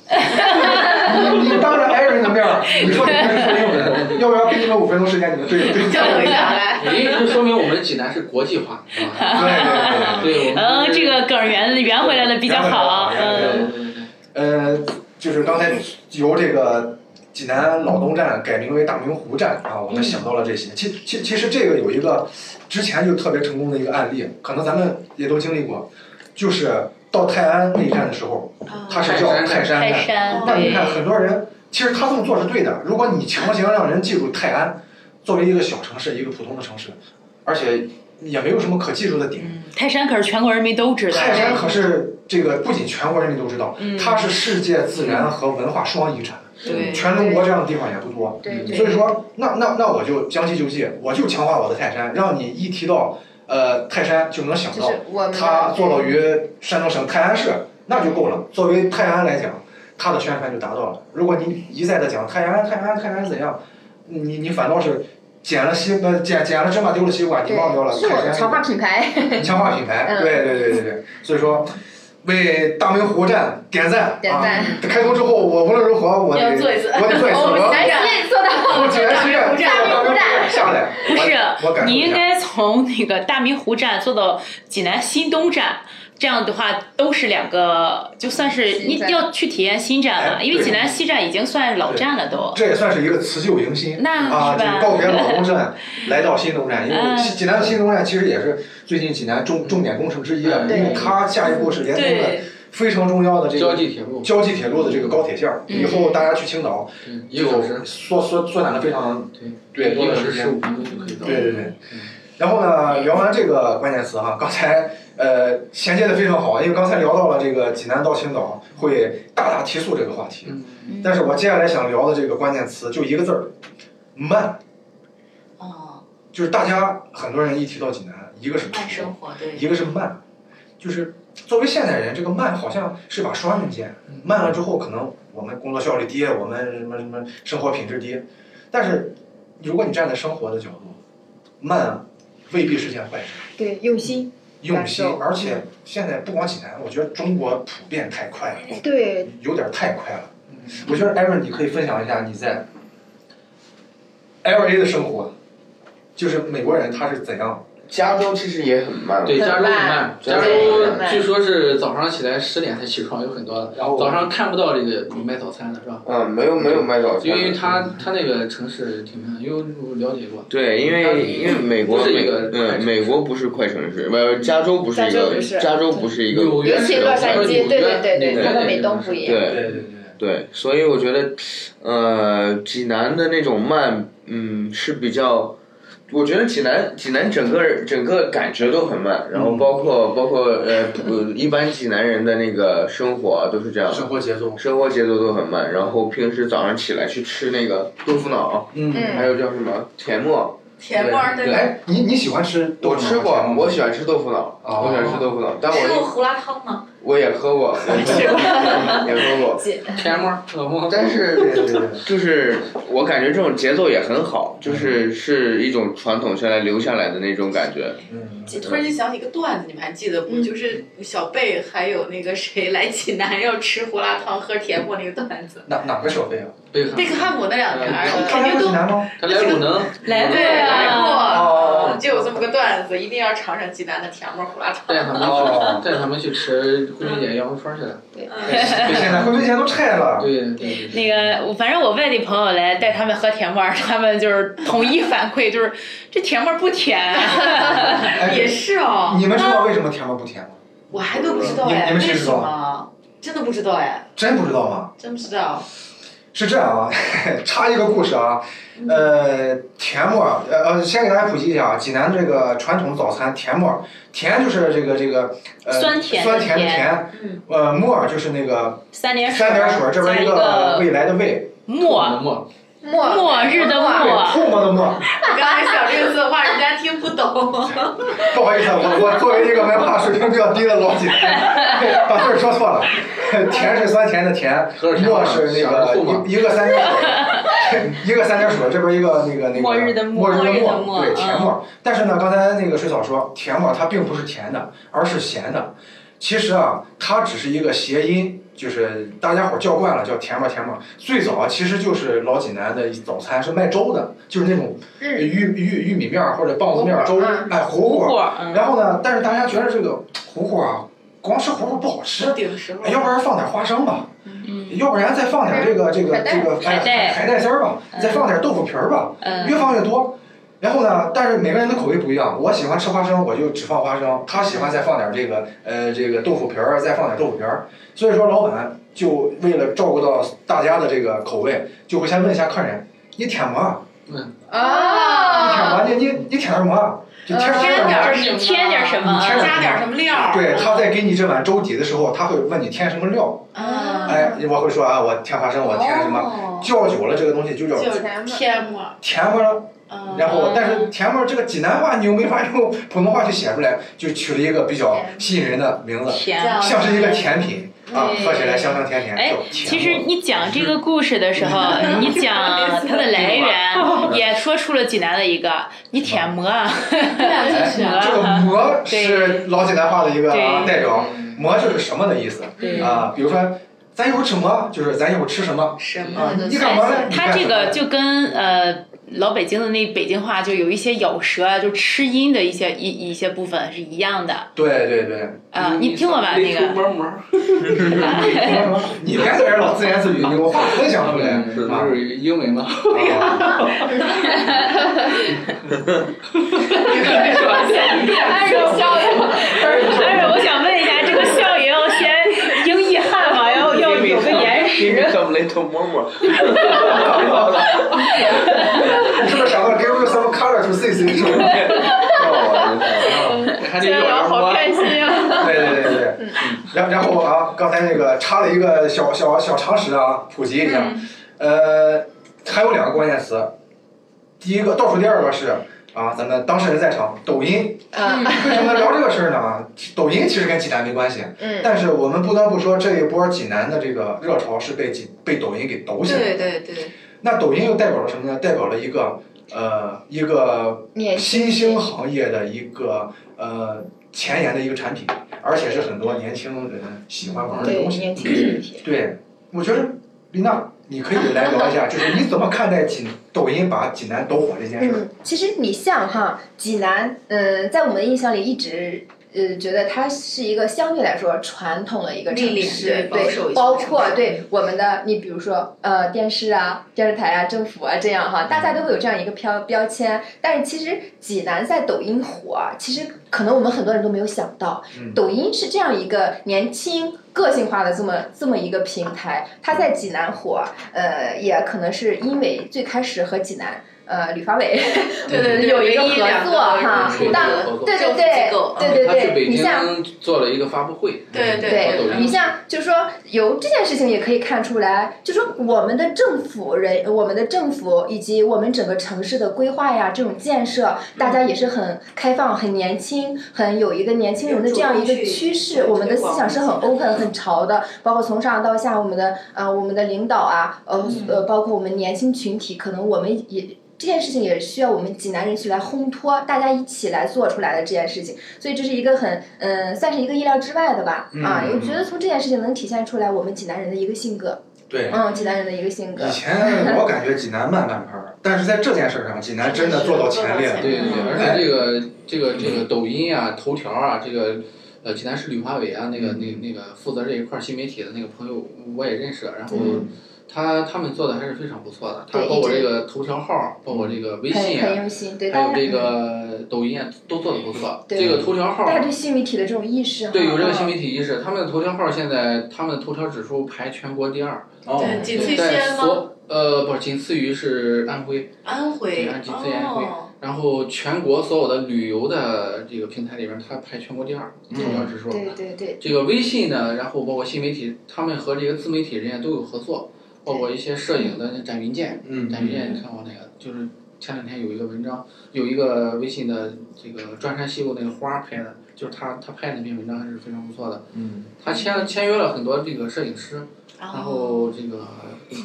B: 你你当着艾瑞的面儿，你说你是说英文的，要不要给你们五分钟时间，你们对对对对
C: 交流一下来。
D: 因为这说明我们济南是国际化，是吧？
B: 对对。
D: 对，我们
E: 嗯，这个梗圆圆回来的比较好，
B: 圆回来
D: 对
B: 了
E: 嗯，
D: 对对对，
B: 呃，就是刚才由这个济南老东站改名为大明湖站啊，我们想到了这些。其其其实这个有一个之前就特别成功的一个案例，可能咱们也都经历过，就是到泰安那一站的时候，
C: 嗯
B: 它是叫哦泰山
E: 泰
B: 站。
E: 山
B: 那你
E: 对
B: 看，，很多人其实他这么做是对的。如果你强行让人记住泰安，作为一个小城市，一个普通的城市，而且也没有什么可记住的点。
E: 嗯，泰山可是全国人民都知道，
B: 泰山可是这个不仅全国人民都知道，
E: 嗯，
B: 它是世界自然和文化双遗产，
E: 对
B: 全中国这样的地方也不多。
F: 对
B: 所以
F: 对，
B: 说，那那那我就将计就计，我就强化我的泰山，让你一提到呃泰山就能想
F: 就
B: 到
F: 是我们
B: 它坐落于山东省泰安市，那就够了。作为泰安来讲，它的宣传就达到了。如果你一再的讲泰安、泰安、泰安怎样，你你反倒是捡了西呃捡捡了芝麻丢了西瓜，你
F: 对
B: 忘掉了
F: 是
B: 泰
F: 我
B: 山
F: 们强化 品牌，
B: 强化品牌，
F: 嗯
B: 对对对对对，所以说为大明湖站点赞，
F: 点
B: 啊！
F: 赞
B: 开通之后，我无论如何我得
C: 要做一次
B: 我得做一次，
C: 我们
B: 我
C: 下
F: 咱先做到
B: 我济南西站
F: 大明湖站
B: 下来，
E: 不是啊
B: 我我感受
E: 你
B: 一
E: 应
B: 下，
E: 该从那个大明湖站坐到济南新东站，这样的话都是两个，就算是你
F: 新站
E: 要去体验新站了，
B: 哎
E: 因为
B: 对
E: 济南西站已经算老站了都。
B: 这也算是一个辞旧迎
F: 嗯
B: 新。
E: 那
B: 啊，
E: 嗯
B: 就
E: 是吧
B: 是告别老东站，来到新东站，因为
E: 嗯
B: 西济南的新东站其实也是最近济南重重点工程之一啊，因
D: 对
B: 为它下一步是联通的
C: 对，
B: 非常重要的这
D: 交
B: 个
D: 际铁路
B: 交际铁路的这个高铁线儿，以后大家去青岛
D: 嗯一个小
B: 就
D: 时，
B: 缩缩缩短了非常
D: 对，
B: 对
D: 一
B: 多
D: 个
B: 的
D: 小时
B: 时间
D: 十五分钟就可以到。
B: 对对对。然后呢，聊完这个关键词哈，刚才呃衔接的非常好，因为刚才聊到了这个济南到青岛会大大提速这个话题，
D: 嗯，
B: 但是我接下来想聊的这个关键词就一个字儿，慢。
C: 哦，
B: 就是大家很多人一提到济南，一个是
C: 慢
B: 慢，
C: 生活，对，
B: 一个是慢，就是作为现代人，这个慢好像是把双刃剑，慢了之后可能我们工作效率低，我们什么什么生活品质低，但是如果你站在生活的角度，慢未必是件坏事。嗯
F: 对用心，
B: 用心
F: 感受，嗯
B: 而且现在不光济南，我觉得中国普遍太快了，
F: 哎对
B: 有点太快了。我觉得艾瑞，你可以分享一下你在 L A 的生活，就是美国人他是怎样？
G: 加州其实也很
B: 嗯
G: 慢，
D: 对，加州很慢，加州
F: 对
D: 据说是早上起来十点才起床，有很多的
B: 然后
D: 早上看不到这个有卖早餐的是吧？
G: 嗯，没有没有卖早餐，
D: 因为他他那个城市挺慢，因为我了解过。
G: 对，因为因为美国
D: 不是一
G: 美
D: 个快城
G: 嗯
D: 市
G: 美国不是快城市，不加州不是一
F: 加州
G: 个
F: 不是
G: 加州不是一个
D: 纽约
F: 尤其
D: 是
F: 洛杉矶，对对对对，它
D: 它
F: 和美东不一样，
G: 对
B: 对对对，
G: 对，所以我觉得，呃，济南的那种慢，嗯，是比较，我觉得济南济南整个整个感觉都很慢，然后包括、包括呃呃一般济南人的那个生活啊都是这样的，
B: 生活节奏，
G: 生活节奏都很慢，然后平时早上起来去吃那个豆腐脑，
B: 嗯。
G: 还有叫什么甜沫，
C: 甜沫儿
G: 对
C: 对，
B: 哎，你你喜欢吃豆
G: 我
B: 腐脑吗？
G: 吃过，我喜欢吃豆腐脑，
B: 哦
G: 我喜欢吃豆腐脑，但
C: 吃过
G: 我
C: 胡辣汤吗？
G: 我也 喝过，也喝过，也喝过，
F: 紧
D: 甜沫儿、恶魔，
G: 但是
B: 对对对对，
G: 就是我感觉这种节奏也很好，就是是一种传统下来留下来的那种感觉。
B: 嗯，
C: 突然间想起一个段子，你们还记得不？就是小贝还有那个谁来济南要吃胡辣汤喝甜沫那个段子，
B: 哪哪个小费啊？
D: 贝克
C: 贝克汉姆那两年
D: 嗯
C: 儿
B: 他
C: 肯
B: 来
C: 定
B: 过济
C: 都
B: 南吗？
D: 他来鲁能，
E: 来过
C: 对啊来
B: 哦
C: 过，就有这么个段子，一定要尝尝济南的甜沫儿胡辣汤。
D: 带他们
B: 哦，
D: 带他们去吃惠民姐羊肉串去了。
B: 对现在回民街都拆了。
D: 对对对。
E: 那个，我反正我外地朋友来带他们喝甜沫儿，他们就是统一反馈，就是这甜沫儿不甜，啊
B: 哎
C: 也是哦，道，
B: 你们知道为什么甜吗？不甜吗？
C: 我还都不知道
B: 你
C: 哎，
B: 你
C: 为
B: 们谁
C: 什
B: 知道
C: 么？真的不知道哎，
B: 真不知道吗？
C: 真不知道。
B: 是这样啊， 插一个故事啊，呃，甜沫儿，呃呃，先给大家普及一下啊，济南这个传统早餐甜沫儿，甜就是这个这个呃
E: 酸甜的
B: 酸甜的
E: 甜
B: 甜，
E: 嗯，
B: 呃，沫儿就是那个
E: 三点水
B: 三
E: 儿
B: 点水儿这
E: 加
B: 边
E: 一
B: 一个
E: 个
B: 未来的未，
E: 末
D: 末，
F: 末
E: 末日的
B: 对，
E: 末，
B: 唾沫的沫。
C: 我刚才想这个字的话，人家听不懂。
B: 不好意思啊，我我作为一个文化水平比较低的老姐， 把字儿说错了。 甜是酸甜的甜，
D: 喝着甜
B: 沫是那
D: 想着
B: 个
D: 吐沫
B: 一一个三点水， 一个三点水，这边一个那个那个
E: 末日的末
B: 末日
E: 末日的
B: 的
E: 末
B: 对
E: 嗯
B: 甜沫。但是呢，刚才那个水草说甜沫它并不是甜的，而是咸的。其实啊，它只是一个谐音，就是大家伙儿叫惯了叫甜沫甜沫。最早啊，其实就是老济南的早餐是卖粥的，就是那种
F: 日
B: 玉玉玉米面儿或者棒子面儿粥，
F: 嗯
B: 哎糊
E: 糊
B: 糊
E: 糊，嗯，
B: 然后呢，但是大家觉得这个糊糊啊，光吃糊糊不好吃，
C: 顶时候
B: 哎要不然放点花生吧，要不然再放点这个这个
F: 海带
B: 这个
E: 海带
B: 哎海带丝儿吧，
E: 嗯
B: 再放点豆腐皮儿吧，
E: 嗯
B: 越放越多。然后呢，但是每个人的口味不一样，我喜欢吃花生，我就只放花生；他喜欢再放点这个呃这个豆腐皮儿，再放点豆腐皮儿。所以说，老板就为了照顾到大家的这个口味，就会先问一下客人：“你舔吗？你舔
F: 啊，
B: 吗？你你你舔什么啊？就舔
F: 呃
B: 舔什么啊
C: 添点儿
E: 就是你添点什么
B: 你，嗯添
C: 加点什么料儿？
B: 对，他在给你这碗粥底的时候，他会问你添什么料。
C: 嗯，
B: 哎，我会说啊，我添花生，我添什么。
C: 哦
B: 叫久了，这个东西就叫
C: 就
F: 甜的
C: 天嘛，
B: 甜味
E: 哦
B: 儿。
C: 嗯
B: 然后，但是甜味儿这个济南话你又没法用普通话去写出来，就取了一个比较吸引人的名字，
E: 甜。
B: 像是一个甜品啊，
E: 对
B: 喝起来香香甜甜。
E: 哦哎
B: 就，甜
E: 其实
B: 味儿
E: 你讲这个故事的时 候，你讲它的来 源，也说出了济南的一个，你舔馍啊，
C: 对啊，就是啊
E: 哎
B: 这个馍是老济南话的一个啊
E: 对
B: 代表，馍就是什么的意思
E: 对
B: 啊？比如说，咱一会儿吃馍，就是咱一会儿吃什么
C: 什么
B: 啊？
C: 的
B: 你干嘛呢？你
E: 它
B: 干
E: 这
B: 什么
E: 个就跟呃老北京的那北京话就有一些咬舌啊，就吃音的一些一一些部分是一样的
B: 对对对。
E: 啊。你听过吧？那
D: 那
E: 个
D: 馍馍，
B: 你别在这老自言自语，你给我话分享 出来，
D: 是
B: 啊
D: 不是英文嘛？
E: 哎呦
F: 笑的，
E: 但是哎我想问一下，这个笑也要先英译汉嘛，要要有个延啊
G: 给你
E: 时。
G: 怎么来偷摸摸？
B: 你是不是想到 give you some color to see see？哦
D: 还 得有点馍。
E: 心啊！
B: 对对对对，
F: 嗯
B: 然然后啊，刚才那个插了一个小小小常识啊，普及一下，
F: 嗯
B: 呃，还有两个关键词，第一个倒数第二个是啊，咱们当事人在场，抖音，
F: 嗯
B: 为什么聊这个事儿呢？抖音其实跟济南没关系，
F: 嗯，
B: 但是我们不得不说，这一波济南的这个热潮是被济被抖音给抖起来的。
C: 对对对，
B: 那抖音又代表了什么呢？代表了一个呃一个
F: 免
B: 新兴行业的一个呃前沿的一个产品，而且是很多年轻人喜欢玩的
F: 对
B: 东西。
F: 年轻群体，
B: 对，我觉得丽娜，你可以来 聊一下，就是你怎么看待济抖音把济南抖火这件事儿？
F: 嗯，其实你像哈，济南，嗯，在我们的印象里一直。呃，觉得它是一个相对来说传统的一个城
C: 历练对保
F: 市，
C: 守一些
F: 对，包
C: 城
F: 括
C: 市
F: 对我们的，你比如说呃电视啊、电视台啊、政府啊这样哈，大家都会有这样一个
C: 嗯
F: 标标签。但是其实济南在抖音火，啊其实可能我们很多人都没有想到，
B: 嗯
F: 抖音是这样一个年轻、个性化的这么这么一个平台，
C: 嗯
F: 它在济南火，呃，也可能是因为最开始和济南呃旅发委
C: 对对对
F: 有一个合
C: 两个
F: 作哈
D: 有一，个
F: 当
D: 合作
F: 对对
C: 政府机构嗯
F: 对对
D: 他去
F: 对对，
D: 北
F: 你像。
D: 京啊做了一个发布会，
C: 对对
D: 和抖
F: 对
D: 音
F: 你像，就是说，由这件事情也可以看出来，就说我们的政府人，我们的政府以及我们整个城市的规划呀，这种建设，大家也是很开放、很年轻、很有一个年轻人的这样一个趋势。我们的思想是很 open、很潮的，包括从上到下，我们的呃，我们的领导啊，呃呃，包括我们年轻群体，可能我们也。这件事情也需要我们济南人去来烘托，大家一起来做出来的这件事情，所以这是一个很，嗯，算是一个意料之外的吧，啊，
B: 嗯
F: 我觉得从这件事情能体现出来我们济南人的一个性格，
B: 对。
F: 嗯，济南人的一个性格
B: 以，前我感觉济南慢半拍儿，但是在这件事上，济南真的做到前列了。
D: 对对对，而且这个这个这个抖音啊、头条啊，这个呃，济南市旅发委啊，那个那那个负责这一块儿新媒体的那个朋友我也认识，然后
B: 嗯
D: 他他们做的还是非常不错的。他
I: 对
D: 包括
I: 一直
D: 这个头条号，包括这个微
I: 很
D: 信
I: 很
D: 啊，
I: 用心，对
D: 还
I: 大
D: 有
I: 家
D: 这个抖音啊，都做的不错。
I: 对
D: 这个头条号
I: 大家对新媒体的这种意识，
D: 对，有这个
I: 嗯
D: 新媒体意识，他们的头条号现在他们的头条指数排全国第二，
B: 哦
C: 对，仅次于西
D: 在
C: 安吗？
D: 所呃不是仅次于是安徽，
C: 安徽
D: 对安吉自然会
C: 哦，
D: 然后全国所有的旅游的这个平台里边，它排全国第二头条指数。
I: 对对对，
D: 这个微信呢，然后包括新媒体，他们和这个自媒体人家都有合作，包括一些摄影的展云健，
B: 嗯
D: 展云健你看过那个？就是前两天有一个文章，有一个微信的这个转山西路那个花儿拍的，就是他他拍那篇文章还是非常不错的。
B: 嗯
D: 他签签约了很多这个摄影师，
C: 然
D: 然后这个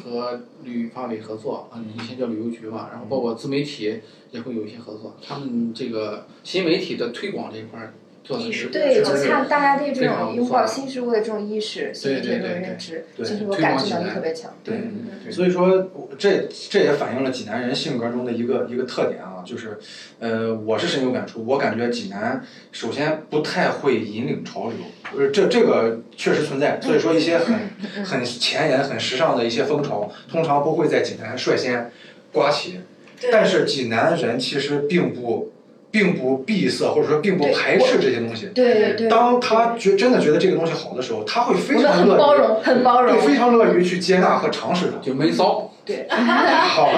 D: 和旅发委合作
B: 嗯
D: 啊，以前叫旅游局吧，然后包括自媒体也会有一些合作，他们这个新媒体的推广这一块儿做的是
I: 对，
D: 是
I: 就
D: 不是
I: 看大家对这
D: 非常
I: 种
D: 不
I: 拥
D: 错
I: 抱新事物的这种意识、新媒体的这
D: 对
I: 种
D: 对
I: 认知，
B: 对
I: 就是我
D: 推
I: 感
D: 广
I: 知
D: 起
I: 能力
D: 来
I: 特别强。
B: 对
I: 嗯嗯
B: 所以说，我这这也反映了济南人性格中的一个一个特点啊，就是，呃，我是深有感触。我感觉济南首先不太会引领潮流，呃，这这个确实存在。所以说，一些
I: 嗯
B: 很很前沿、很时尚的一些风潮，通常不会在济南率先刮起。
C: 对
B: 但是济南人其实并不，并不闭塞，或者说并不
I: 对
B: 排斥这些东西。
I: 对对对，
B: 当他觉真的觉得这个东西好的时候，他会非
I: 我们
B: 常
I: 很包
B: 乐于，
I: 容，很包容
B: 对，。非常乐于去接纳和尝试它。
D: 就闷骚，
B: 好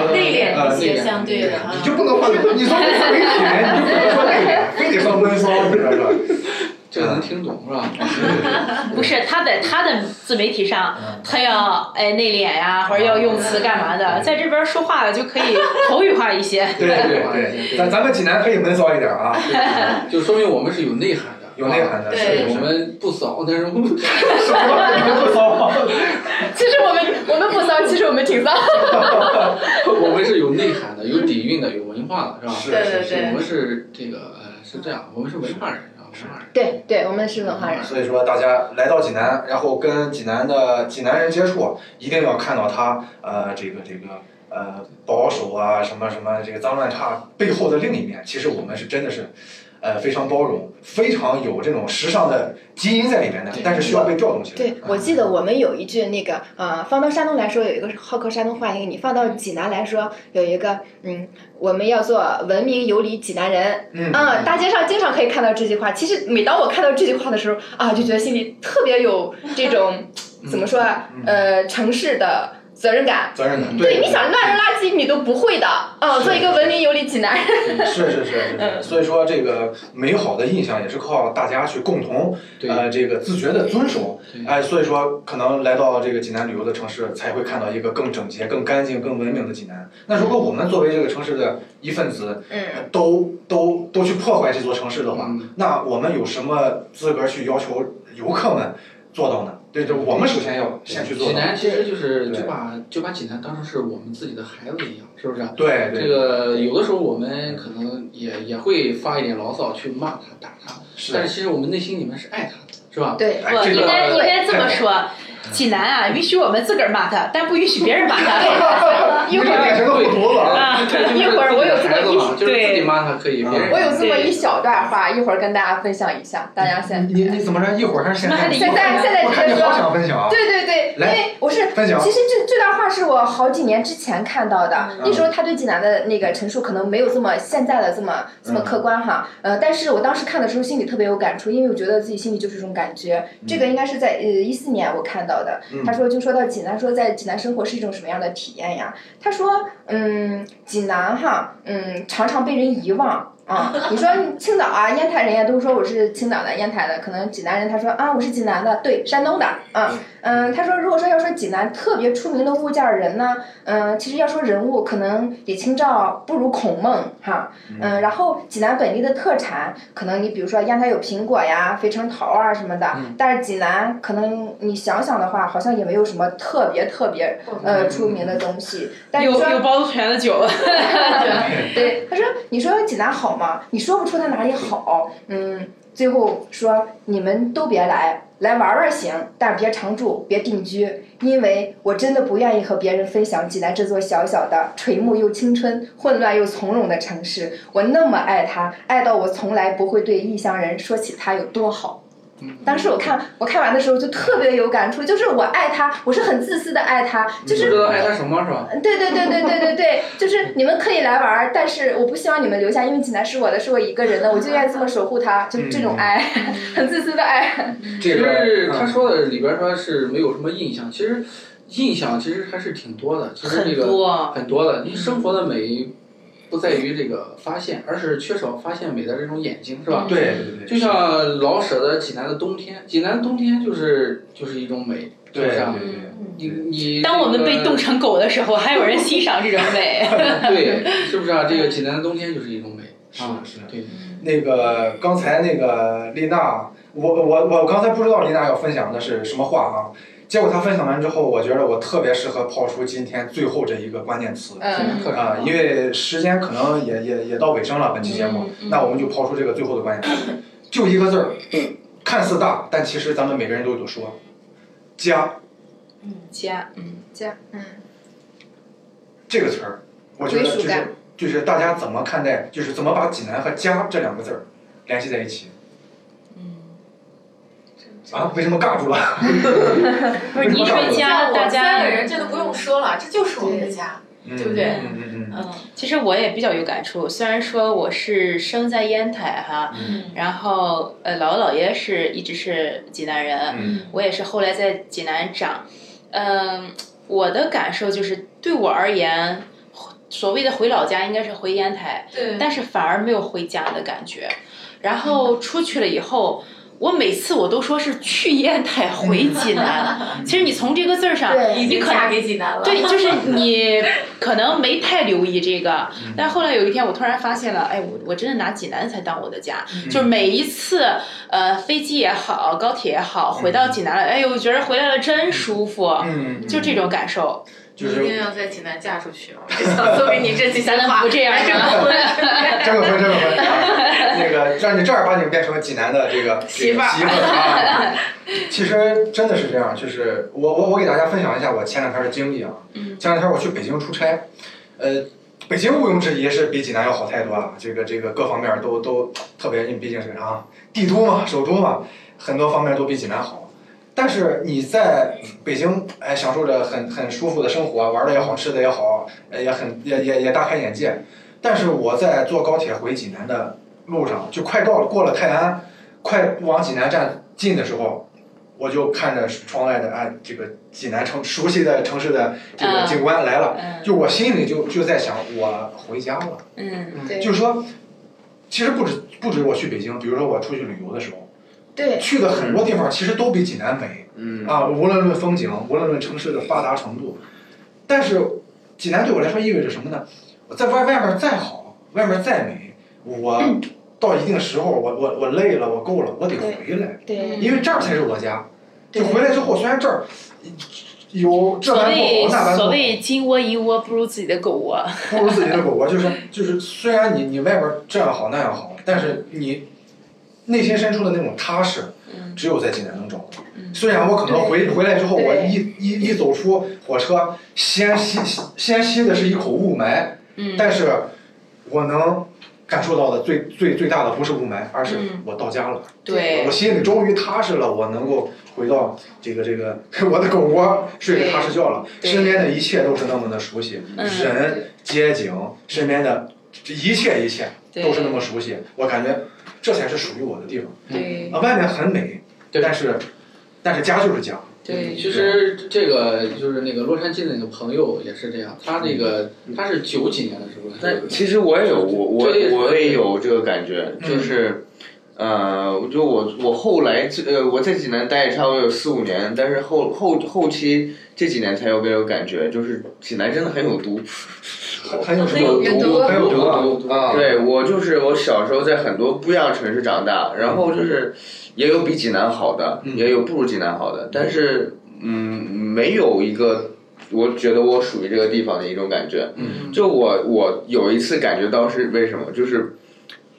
B: 的，
C: 内
B: 呃
C: 敛一些相对的啊
B: 你就不能把你说非体人，你就不能说内敛，非得说闷骚，你知道吧？
D: 这个能听懂是吧？
E: 不是他在他的自媒体 上，
B: 嗯
E: 他要哎内敛呀、或者要用词干嘛的，在这边说话就可以口语化一些。
B: 对对对，咱咱们济南可以闷骚一点啊，
I: 嗯
D: 就说明我们是有内涵的，啊
B: 有内涵的，
C: 对
B: 是
D: 对。
B: 有
D: 我
B: 什么
D: 们不骚，但是我们
B: 什么你们不骚？
E: 其实我们我们不骚，其实我们挺骚。
D: 我们是有内涵的，有底蕴的，有文化的，是吧？
B: 是
C: 对
B: 是
C: 对
B: 是。
D: 是我们是这个呃是这样，我们是文化人啊，文化人。
I: 对对，我们是文化人。
B: 所以说，大家来到济南，然后跟济南的济南人接触，一定要看到他呃这个这个呃保守啊，什么什么这个脏乱差背后的另一面。其实我们是真的是，呃非常包容，非常有这种时尚的基因在里面的
D: 对，
B: 但是需要被调动起来。
F: 对，嗯我记得我们有一句那个，呃，放到山东来说有一个好客山东话，那个你放到济南来说有一个，嗯，我们要做文明有礼济南人。
B: 嗯，
F: 啊、大街上经常可以看到这句话。其实每当我看到这句话的时候，啊，就觉得心里特别有这种怎么说啊，呃，城市的责任感。
B: 责任感。
F: 对，你想乱扔垃圾你都不会的，啊、
B: 是
F: 做一个文明有礼济南人。
B: 是是是是是，所以说这个美好的印象也是靠大家去共同
D: 对
B: 呃这个自觉的遵守
D: 对，
B: 哎，所以说可能来到这个济南旅游的城市，才会看到一个更整洁、更干净、更文明的济南。那如果我们作为这个城市的一份子，呃
F: 嗯，
B: 都都都去破坏这座城市的话，
D: 嗯
B: 那我们有什么资格去要求游客们做到呢？对，这我们首先要先去做
D: 济
B: 到。
D: 南其实就是
B: 对
D: 就把就把济南当成是我们自己的孩子一样，是不是啊？
B: 对
D: 这
B: 对，
D: 个有的时候我们可能也也会发一点牢骚去骂他打他，
B: 是
D: 但是其实我们内心里面是爱他的，是吧？
F: 对，
B: 哎
E: 我
B: 这
E: 应
B: 个
E: 该应该这么说，济南啊，允许我们自个儿骂他，但不允许别人骂
F: 嗯
E: 他。
F: 一
B: 这
F: 会
B: 个典
F: 儿
B: 型的虎犊子啊。
E: 啊，
F: 一会儿我有这
D: 孩
F: 么
D: 子
F: 一
D: 嘛，就是自己
E: 对
D: 骂他可以，别人
F: 我有这么一小段话，一会儿跟大家分享一下，大家先。
B: 你你怎么着？一会儿还是现在？
E: 那还得一
F: 现在现在
B: 我看
F: 这
B: 你
F: 个
B: 好想分享啊！
F: 对对对，因
B: 来
F: 为我是
B: 分享
F: 其实这这段话是我好几年之前看到的，那时候他对济南的那个陈述可能没有这么现在的这么这么客观哈，呃，但是我当时看的时候心里特别有感触，因为我觉得自己心里就是这种感觉。这个应该是在呃一四年我看到的，他说就说到济南，说在济南生活是一种什么样的体验呀？他说，嗯，济南哈，嗯，常常被人遗忘。啊、你说青岛啊，烟台人家都说我是青岛的、烟台的，可能济南人他说啊，我是济南的，对，山东的，啊，嗯，他说如果说要说济南特别出名的物件儿人呢，嗯，其实要说人物，可能李清照不如孔孟哈，嗯，然后济南本地的特产，可能你比如说烟台有苹果呀、肥城桃啊什么的，但是济南可能你想想的话，好像也没有什么特别特别呃出名的东西，但是
E: 有
F: 你说
E: 有包子拳的酒，
F: 对，他说：“你说济南好吗？你说不出它哪里好。嗯，最后说你们都别来，来玩玩行，但别常住，别定居，因为我真的不愿意和别人分享济南这座小小的、垂暮又青春、混乱又从容的城市。我那么爱它，爱到我从来不会对异乡人说起它有多好。
D: 嗯
F: 当时我看我看完的时候就特别有感触，就是我爱他，我是很自私的爱他，就
D: 你
F: 是
D: 不知道爱他什么是吧？
F: 对对对对对对对，就是你们可以来玩儿，但是我不希望你们留下，因为济南是我的，是我一个人的，我就愿意这么守护它，
G: 嗯
F: 就是这种爱， 很自私的爱。
D: 其
B: 这
D: 实
B: 个
D: 他
B: 嗯
D: 说的里边说是没有什么印象，其实印象其实还是挺多的，其实
E: 很
D: 这个
E: 多，嗯
D: 很多的。你生活的美不在于这个发现，而是缺少发现美的这种眼睛，是
E: 嗯
D: 吧？
B: 嗯对对对，
D: 就像老舍的《济南的冬天》，济南冬天就是就是一种美，是
B: 对
D: 不
B: 对
D: 是啊？
B: 对
D: 你你
E: 当我们被冻
D: 成
E: 成狗的时候，还有人欣赏这种美。
D: 对，是不是啊？这个济南的冬天就是一种美啊，
B: 是是
D: 对，
B: 那个刚才那个丽娜，我我我刚才不知道丽娜要分享的是什么话啊，结果她分享完之后，我觉得我特别适合抛出今天最后这一个关键词。
F: 嗯，
D: 特
B: 啊、因为时间可能也也也到尾声了，本期节
E: 嗯
B: 目，那我们就抛出这个最后的关键词，就一个字儿，
E: 嗯
B: 看似大，但其实咱们每个人都有说，家
E: 家，嗯，
F: 这样，嗯，
B: 这个词儿，我觉得就
F: 归属感
B: 是就是大家怎么看待，就是怎么把济南和家这两个字儿联系在一起
E: 嗯
B: 啊？为什么尬住了？
E: 不是你一说家，
J: 三
E: 大
J: 个
E: 家
J: 人这都不用说了，这就是我们的家。
B: 嗯
J: 对不对
B: 嗯嗯嗯
E: 嗯， 其实我也比较有感触。虽然说我是生在烟台哈，
B: 嗯
E: 然后呃，姥姥姥爷是一直是济南人，
B: 嗯
E: 我也是后来在济南长。嗯，我的感受就是，对我而言，所谓的回老家应该是回烟台，
J: 对，
E: 但是反而没有回家的感觉。然后出去了以后，我每次我都说是去烟台回济南。其实你从这个字儿上，
F: 对
J: 已
E: 你
J: 经
E: 可能
J: 嫁给济南了。
E: 对，就是你可能没太留意这个，
B: 嗯
E: 但后来有一天我突然发现了，哎，我我真的拿济南才当我的家，
B: 嗯
E: 就是每一次呃飞机也好，高铁也好，回到济南了，哎呦，我觉得回来了真舒服，
B: 嗯，嗯
E: 就这种感受。
B: 就
J: 一定
B: 是
J: 要在济南嫁出去啊！我就想送给你这几句话，
E: 不这样
J: 来这
E: 啊
J: 个婚，
B: 这个婚这个婚啊，那个让你正儿八经变成济南的这个
J: 媳妇儿
B: 这个媳妇儿啊。其实真的是这样，就是我我我给大家分享一下我前两天的经历啊。前两天我去北京出差，呃，北京毋庸置疑是比济南要好太多了，这个这个各方面都都特别，因为毕竟是个啊帝都嘛，首都嘛，很多方面都比济南好。但是你在北京，哎，享受着很很舒服的生活，玩的也好，吃的也好，呃，也很也也也大开眼界。但是我在坐高铁回济南的路上，就快到了过了泰安，快往济南站近的时候，我就看着窗外的啊，这个济南城熟悉的城市的这个
E: 嗯
B: 景观来了，
E: 嗯
B: 就我心里就就在想，我回家了。
E: 嗯，
F: 对
B: 就是说，其实不止不止我去北京，比如说我出去旅游的时候，
F: 对，
B: 去的很多地方其实都比济南美
G: 嗯，
B: 啊，无论论风景，无论论城市的发达程度，但是济南对我来说意味着什么呢？我在外外面再好，外面再美，我到一定时候，我我我累了，我够了，我得回来，
F: 对，
B: 因为这儿才是我家。
F: 对
B: 就回来之后，虽然这儿有这
E: 所
B: 般不
E: 谓
B: 好，那般不
E: 所
B: 好。
E: 谓金窝银窝不如自己的狗窝，
B: 不如自己的狗窝，就是就是，虽然你你外边这样好那样好，但是你内心深处的那种踏实，只有在济南能找到。虽然我可能回回来之后，我
F: 对
B: 一一一走出火车，先吸先吸的是一口雾霾，
E: 嗯，
B: 但是我能感受到的最最最大的不是雾霾，而是
E: 嗯
B: 我到家了，
E: 对
B: 我，心里终于踏实了，我能够回到这个这个我的狗窝睡个踏实觉了，
E: 对
B: 身边的一切都是那么的熟悉，
E: 嗯
B: 人、街景、身边的这一切一切
E: 对
B: 都是那么熟悉，我感觉这才是属于我的地方
E: 对
B: 啊！外面很美，
D: 对
B: 但是但是家就是家，
E: 对，
D: 其实嗯这个就是那个洛杉矶的那个朋友也是这样，他那个他是九几年的时候，
G: 但其实我也有，我我
D: 对
G: 我也嗯有这个感觉，就是，呃，我就我我后来这呃我在济南待也差不多有四五年，但是后后后期这几年才有这个感觉，就是济南真的很有毒。
B: 很很有什
J: 有
B: 么
J: 很
B: 毒，
J: 多
B: 很有毒啊！
G: 啊，对我就是我小时候在很多不一样的城市长大，然后就是
B: 嗯
G: 也有比济南好的，也有不如济南好的，但是嗯，没有一个我觉得我属于这个地方的一种感觉。
B: 嗯
G: 就我我有一次感觉到是为什么，就是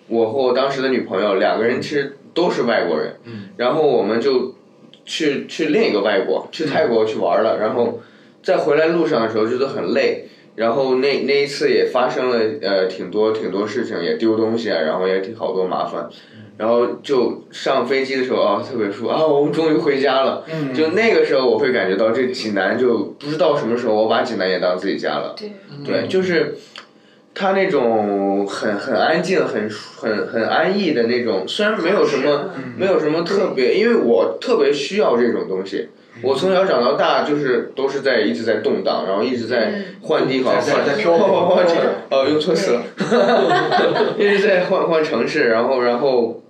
G: 我和我当时的女朋友两个人其实都是外国人，
B: 嗯
G: 然后我们就去去另一个外国，去泰国去玩了，然后在回来路上的时候觉得很累，然后那那一次也发生了呃挺多挺多事情，也丢东西啊，然后也挺好多麻烦，然后就上飞机的时候啊，特别舒服啊，我们终于回家了。
B: 嗯
G: 就那个时候，我会感觉到这济南就不知道什么时候，我把济南也当自己家了。
F: 对，
G: 对，就是他那种很很安静、很舒很很安逸的那种，虽然没有什么嗯没有什么特别，因为我特别需要这种东西。我从小长到大就是都是在一直在动荡，然后一直在换地方，
B: 在
G: 换
B: 在在漂
G: 换换换
B: 在
G: 城，呃，用错词了， 一直在换换城市，然后然后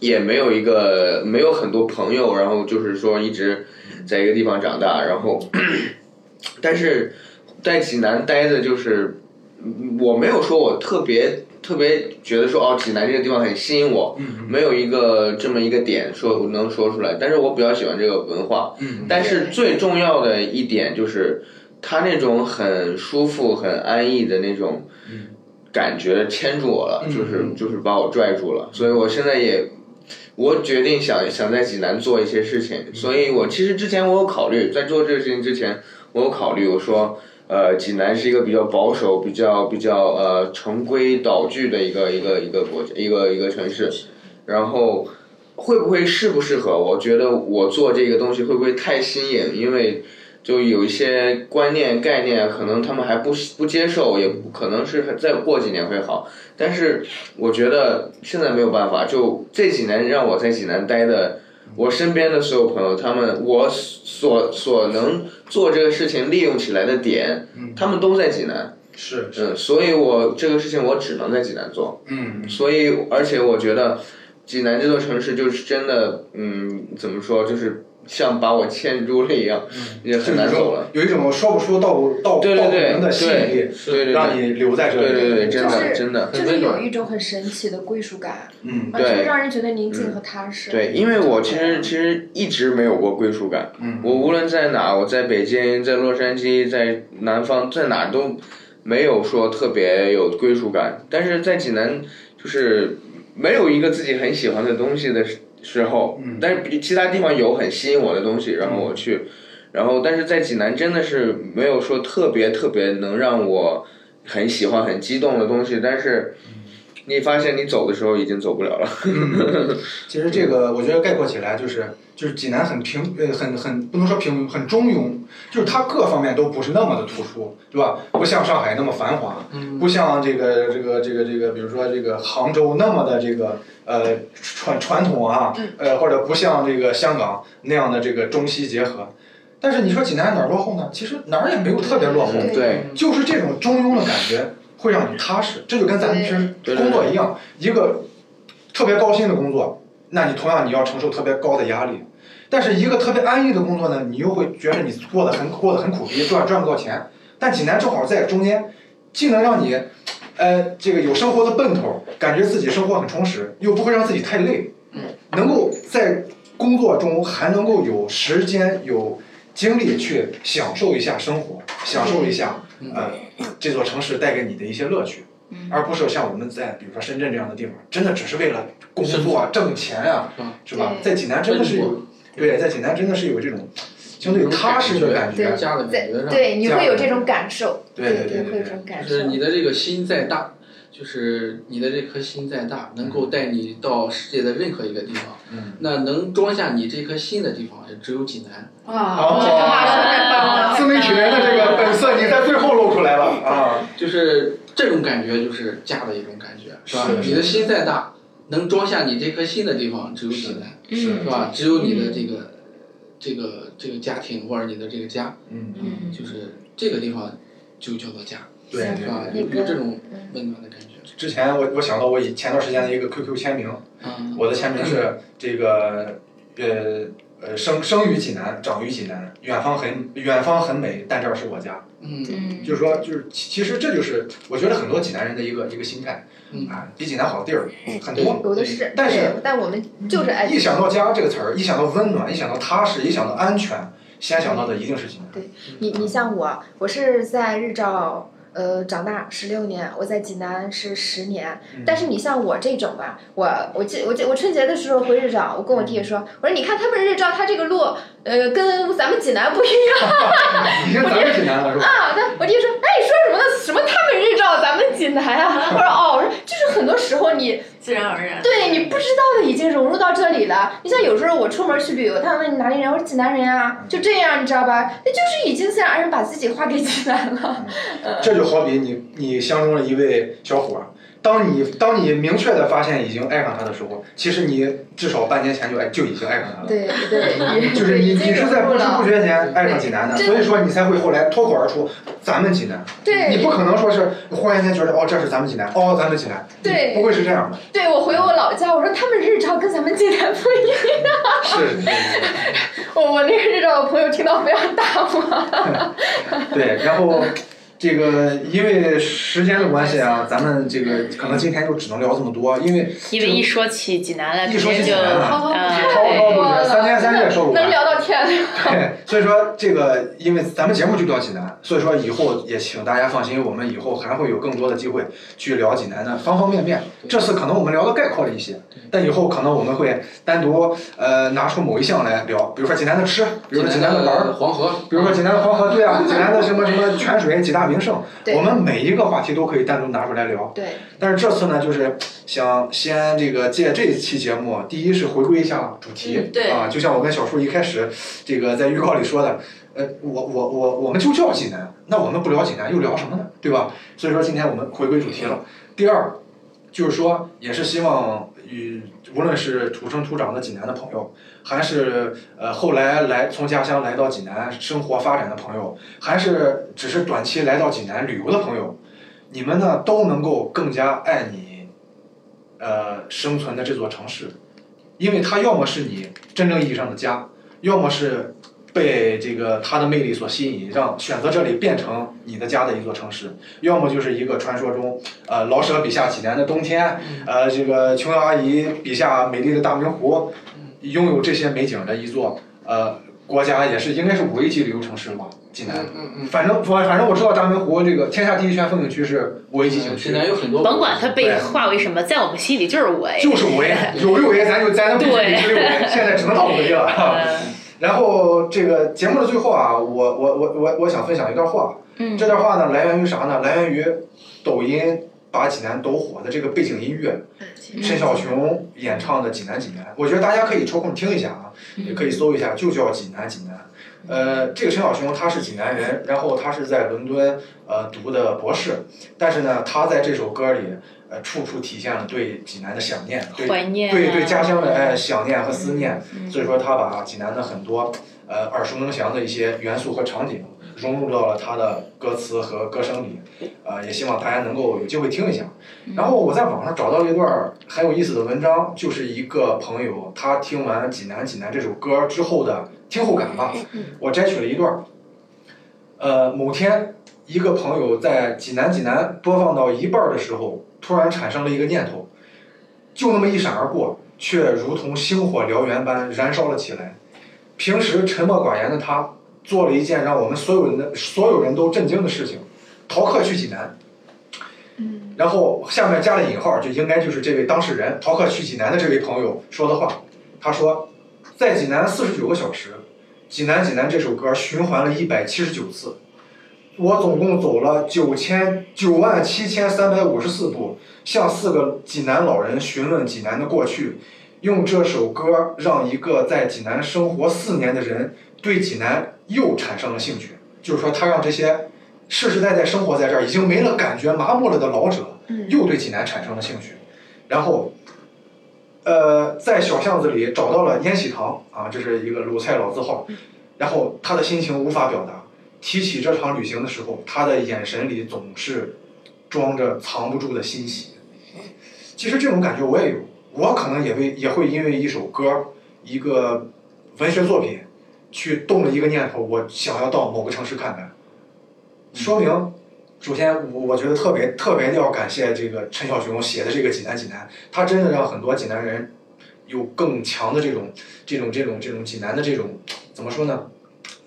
G: 也没有一个没有很多朋友，然后就是说一直在一个地方长大，然后但是在济南待的就是，嗯我没有说我特别特别觉得说哦，济南这个地方很吸引我，没有一个这么一个点说我能说出来，但是我比较喜欢这个文化，
B: 嗯
G: 但是最重要的一点就是，它那种很舒服、很安逸的那种感觉牵住我了，就是就是把我拽住了，所以我现在也。我决定想想在济南做一些事情，所以我其实之前我有考虑，在做这个事情之前，我有考虑，我说，呃，济南是一个比较保守、比较比较呃城规岛矩的一个一个一个国家一个一个城市，然后会不会适不适合？我觉得我做这个东西会不会太新颖？因为就有一些观念概念，可能他们还不不接受，也不可能是再过几年会好。但是我觉得现在没有办法，就这几年让我在济南待的，我身边的所有朋友，他们我所所能做这个事情利用起来的点，他们都在济
B: 嗯
G: 南。
B: 是是
G: 嗯，所以我这个事情我只能在济南做。
B: 嗯
G: 所以，而且我觉得济南这座城市就是真的，嗯，怎么说，就是像把我牵住了一样，也很难走了。
B: 有一种嗯说不出道不道
G: 对
B: 道不
G: 对对
B: 明的吸引力，
G: 对对
B: 让你
G: 对，
B: 留在这里。
G: 对对对，真
F: 就是
G: 的真的，
F: 就是有一种很神奇的归属感，
B: 嗯
F: 啊，就是
G: 对
F: 让人觉得宁静和踏实。
G: 嗯对，因为我其实其实一直没有过归属感。
B: 嗯
G: 我无论在哪，我在北京、在洛杉矶、在南方，在哪都没有说特别有归属感。但是在济南，就是没有一个自己很喜欢的东西的时时候，
B: 嗯
G: 但是比其他地方有很吸引我的东西，然后我去，然后但是在济南真的是没有说特别特别能让我很喜欢、很激动的东西，但是。你发现你走的时候已经走不了了，
B: 其实这个我觉得概括起来就是，就是济南很平，呃，很很不能说平庸，很中庸，就是它各方面都不是那么的突出，对吧？不像上海那么繁华，不像这个这个这个这个，比如说这个杭州那么的这个呃传传统啊，呃，或者不像这个香港那样的这个中西结合。但是你说济南哪儿落后呢？其实哪儿也没有特别落后，
F: 对
G: 对，
B: 就是这种中庸的感觉会让你踏实，这就跟咱们平时工作一样，一个特别高薪的工作，那你同样你要承受特别高的压力，但是一个特别安逸的工作呢，你又会觉得你过得很过得很苦逼，赚赚不到钱，但济南正好在中间，既能让你，呃，这个有生活的奔头，感觉自己生活很充实，又不会让自己太累，能够在工作中还能够有时间有精力去享受一下生活，享受一下呃这座城市带给你的一些乐趣，而不是像我们在比如说深圳这样的地方，真的只是为了工作啊、挣钱啊
D: 嗯，
B: 是吧？
F: 对
B: 在济南真的是有，对，在济南真的是有这种相对踏实的感觉
F: 对，
D: 家的感觉上，
F: 对，你会有这种感受，
B: 对对
F: 对
B: 对
F: 会有
B: 对
F: 这种感
D: 就
F: 受。
D: 是你的这个心再大，就是你的这颗心再大，能够带你到世界的任何一个地方。
B: 嗯
D: 那能装下你这颗心的地方，也只有济南。
B: 哦
C: 哇，这句话说得太棒了！
B: 自
J: 哦
B: 媒体人的这个本色，你在最后露出 来了啊！
D: 就是这种感觉，就是家的一种感觉，是吧？
B: 是是
D: 你的心再大，能装下你这颗心的地方，只有济南，
B: 是
D: 是吧？只有你的这个、这个这个家庭或者你的这个家，
B: 嗯，
C: 嗯，
D: 就是这个地方就叫做家，
B: 对对
D: 是吧
B: 对。？
D: 有
F: 那个
D: 有这种温暖的感觉。
B: 之前我我想到我以前段时间的一个 QQ 签名，
D: 嗯，
B: 我的签名是这个呃呃生生于济南，长于济南，远方很远方很美，但这儿是我家。
D: 嗯
B: 就是说，就是其其实这就是我觉得很多济南人的一个一个心态
D: 嗯
B: 啊，比济南好的地儿很
F: 对
B: 多。
F: 有的是，
B: 但是
F: 对但我们就是爱
B: 一想到家这个词儿，一想到温暖，一想到踏实，一想到安全，先想到的一定是济 南。
F: 你你像我，我是在日照呃长大十六年，我在济南是十年。但是你像我这种吧，我我记我记我春节的时候回日照，我跟我弟说，我说你看他们日照，他这个路呃跟咱们济南不一样
B: 已经咱们济南了是吧？
F: 啊。那我弟说，哎，说什么呢？什么他们日照，咱们济济南啊，或者哦，我说就是很多时候你
J: 自然而然。
F: 对你不知道的已经融入到这里了。你像有时候我出门去旅游，他问你哪里人，我说济南人啊，就这样，你知道吧？那就是已经自然而然把自己划给济南了。
B: 这就好比你你相中了一位小伙儿，当你当你明确的发现已经爱上他的时候，其实你至少半年前就爱就已经爱上他了。啊
F: 对 对，
B: 就是你
F: 已经
B: 你是在
F: 融入
B: 不知
F: 了
B: 不觉间爱上济南的，
F: 对
B: 所以说你才会后来脱口而出咱们济南。
F: 对
B: 你不可能说是忽然间觉得哦这是咱们济南，哦咱们济南，
F: 对
B: 不会是这样 的。
F: 对，我回我老家，我说他们日照跟咱们济南不一样。
B: 是，是
F: 我我那个日照的朋友听到不要打我。
B: 对，然后这个因为时间的关系啊，咱们这个可能今天就只能聊这么多，因为
E: 因为一说起济南了，
B: 一
E: 直
B: 说起
E: 接就
B: 济南了
E: 啊，
B: 滔滔不绝，三天三夜说不
F: 能
B: 完。
F: 聊到天亮。
B: 对， 所以说这个，因为咱们节目就聊济南，所以说以后也请大家放心，我们以后还会有更多的机会去聊济南的方方面面。这次可能我们聊的概括了一些，但以后可能我们会单独呃拿出某一项来聊，比如说济南的吃，比如说济南的玩儿，
D: 黄河，
B: 比如说济南的黄河，对啊，济南的什么什么泉水几大名胜，
F: 对
B: 我们每一个话题都可以单独拿出来聊。
F: 对，
B: 但是这次呢，就是想先这个借这期节目，第一是回归一下主题，
J: 嗯对
B: 啊，就像我跟小叔一开始这个在预告里说的，呃，我我我我们就叫济南，那我们不聊济南又聊什么呢？对吧？所以说今天我们回归主题了。第二，就是说也是希望与无论是土生土长的济南的朋友，还是呃后来来从家乡来到济南生活发展的朋友，还是只是短期来到济南旅游的朋友，你们呢都能够更加爱你，呃，生存的这座城市，因为它要么是你真正意义上的家，要么是被这个它的魅力所吸引，让选择这里变成你的家的一座城市，要么就是一个传说中，呃，老舍笔下济南的冬天，呃，这个琼瑶阿姨笔下美丽的大明湖，拥有这些美景的一座，呃，国家也是应该是五 A 级旅游城市吧，济南。
D: 嗯嗯嗯，
B: 反正我反正我知道大明湖这个天下第一圈风景区是五 A 级景
D: 济
B: 区，
D: 嗯南有很多，
E: 甭管它被
B: 对
E: 划为什么，在我们心里就是我哎。
B: 就是五 A，有六 A 咱就咱能不去
E: 对
B: 六 A，现在只能到五 A 了。
E: 嗯
B: 然后这个节目的最后啊，我我我我我想分享一段话，
E: 嗯
B: 这段话呢来源于啥呢？来源于抖音把济南抖火的这个背景音乐，
E: 嗯
J: 嗯
B: 申小熊演唱的《济南济南》，我觉得大家可以抽空听一下啊，
E: 嗯
B: 也可以搜一下，就叫《济南济南》。呃，这个申小熊他是济南人，然后他是在伦敦呃读的博士，但是呢，他在这首歌里呃处处体现了对济南的想念，对
E: 怀念啊嗯
B: 对对家乡的哎想念和思念，所以说他把济南的很多呃耳熟能详的一些元素和场景融入到了他的歌词和歌声里，呃，也希望大家能够有机会听一下。
E: 嗯
B: 然后我在网上找到了一段很有意思的文章，就是一个朋友他听完《济南济南》这首歌之后的听后感吧，
E: 嗯
B: 我摘取了一段儿。呃，某天一个朋友在《济南济南》播放到一半儿的时候，突然产生了一个念头，就那么一闪而过，却如同星火燎原般燃烧了起来。平时沉默寡言的他，做了一件让我们所有人的所有人都震惊的事情：逃课去济南。然后下面加了引号，就应该就是这位当事人逃课去济南的这位朋友说的话。他说，在济南四十九个小时，《济南济南》这首歌循环了一百七十九次，我总共走了九千九万七千三百五十四步，向四个济南老人询问济南的过去，用这首歌让一个在济南生活四年的人对济南又产生了兴趣。就是说，他让这些世世代代生活在这儿已经没了感觉、麻木了的老者，又对济南产生了兴趣。然后，呃，在小巷子里找到了烟喜堂啊，这是一个鲁菜老字号。然后他的心情无法表达。提起这场旅行的时候，他的眼神里总是装着藏不住的欣喜。其实这种感觉我也有，我可能也为也会因为一首歌、一个文学作品，去动了一个念头，我想要到某个城市看看。说明，首先我我觉得特别特别的要感谢这个陈小熊写的这个《济南济南》，他真的让很多济南人有更强的这种这种这种这种济南的这种怎么说呢，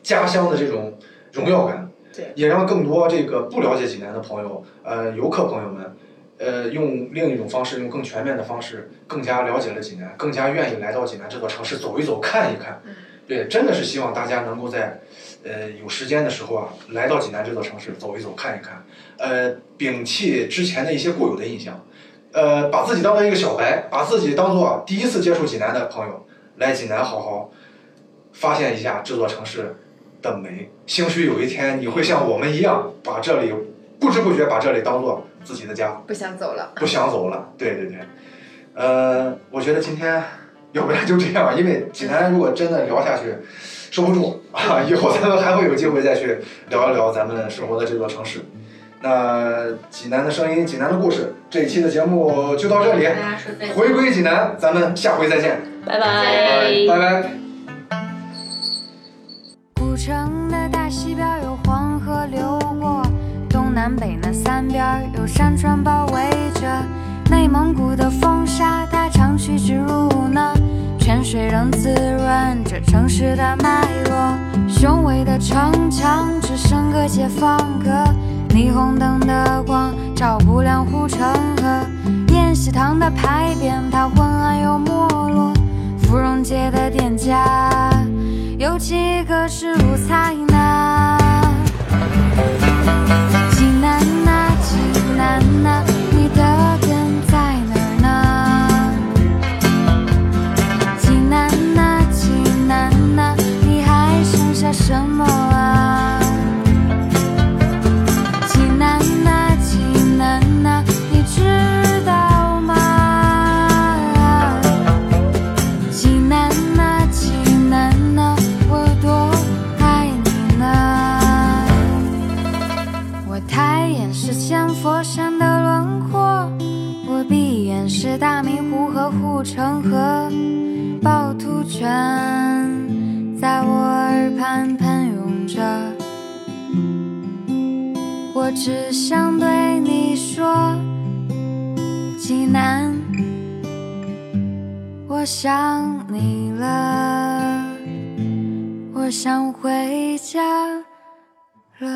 B: 家乡的这种荣耀感。
F: 对
B: 也让更多这个不了解济南的朋友，呃，游客朋友们，呃，用另一种方式，用更全面的方式，更加了解了济南，更加愿意来到济南这座城市走一走、看一看。对，真的是希望大家能够在呃有时间的时候啊，来到济南这座城市走一走，看一看，呃，摒弃之前的一些固有的印象，呃，把自己当做一个小白，把自己当做第一次接触济南的朋友，来济南好好发现一下这座城市的美。兴许有一天你会像我们一样，把这里不知不觉把这里当做自己的家。
F: 不想走了。
B: 不想走了。对对对，呃，我觉得今天要不然就这样吧，因为济南如果真的聊下去，收不住啊，以后咱们还会有机会再去聊一聊咱们生活的这座城市。那济南的声音，济南的故事，这一期的节目就到这里
J: 大，家说再见。
B: 回归济南，咱们下回再见，
E: 拜
J: 拜
B: 拜拜。
A: 古城的大西边有黄河流过，东南北那三边有山川包围着。内蒙古的风沙，它长驱直入呢，泉水仍滋润着城市的脉络。雄伟的城墙只剩个解放阁，霓虹灯的光照不亮护城河。宴喜堂的牌匾，它昏暗又没落。芙蓉街的店家，有几个是五彩呢？济南呐，济南呐，你的根在哪儿呢？济南呐，济南呐，你还剩下什么啊？济南呐，济南呐，你知道吗？济南呐，济南呐，我有多爱你呢？我抬眼是千佛山的轮廓，我闭眼是大明湖和护城河，趵突泉在我耳畔喷涌着。我只想对你说，济南。我想你了，我想回家了。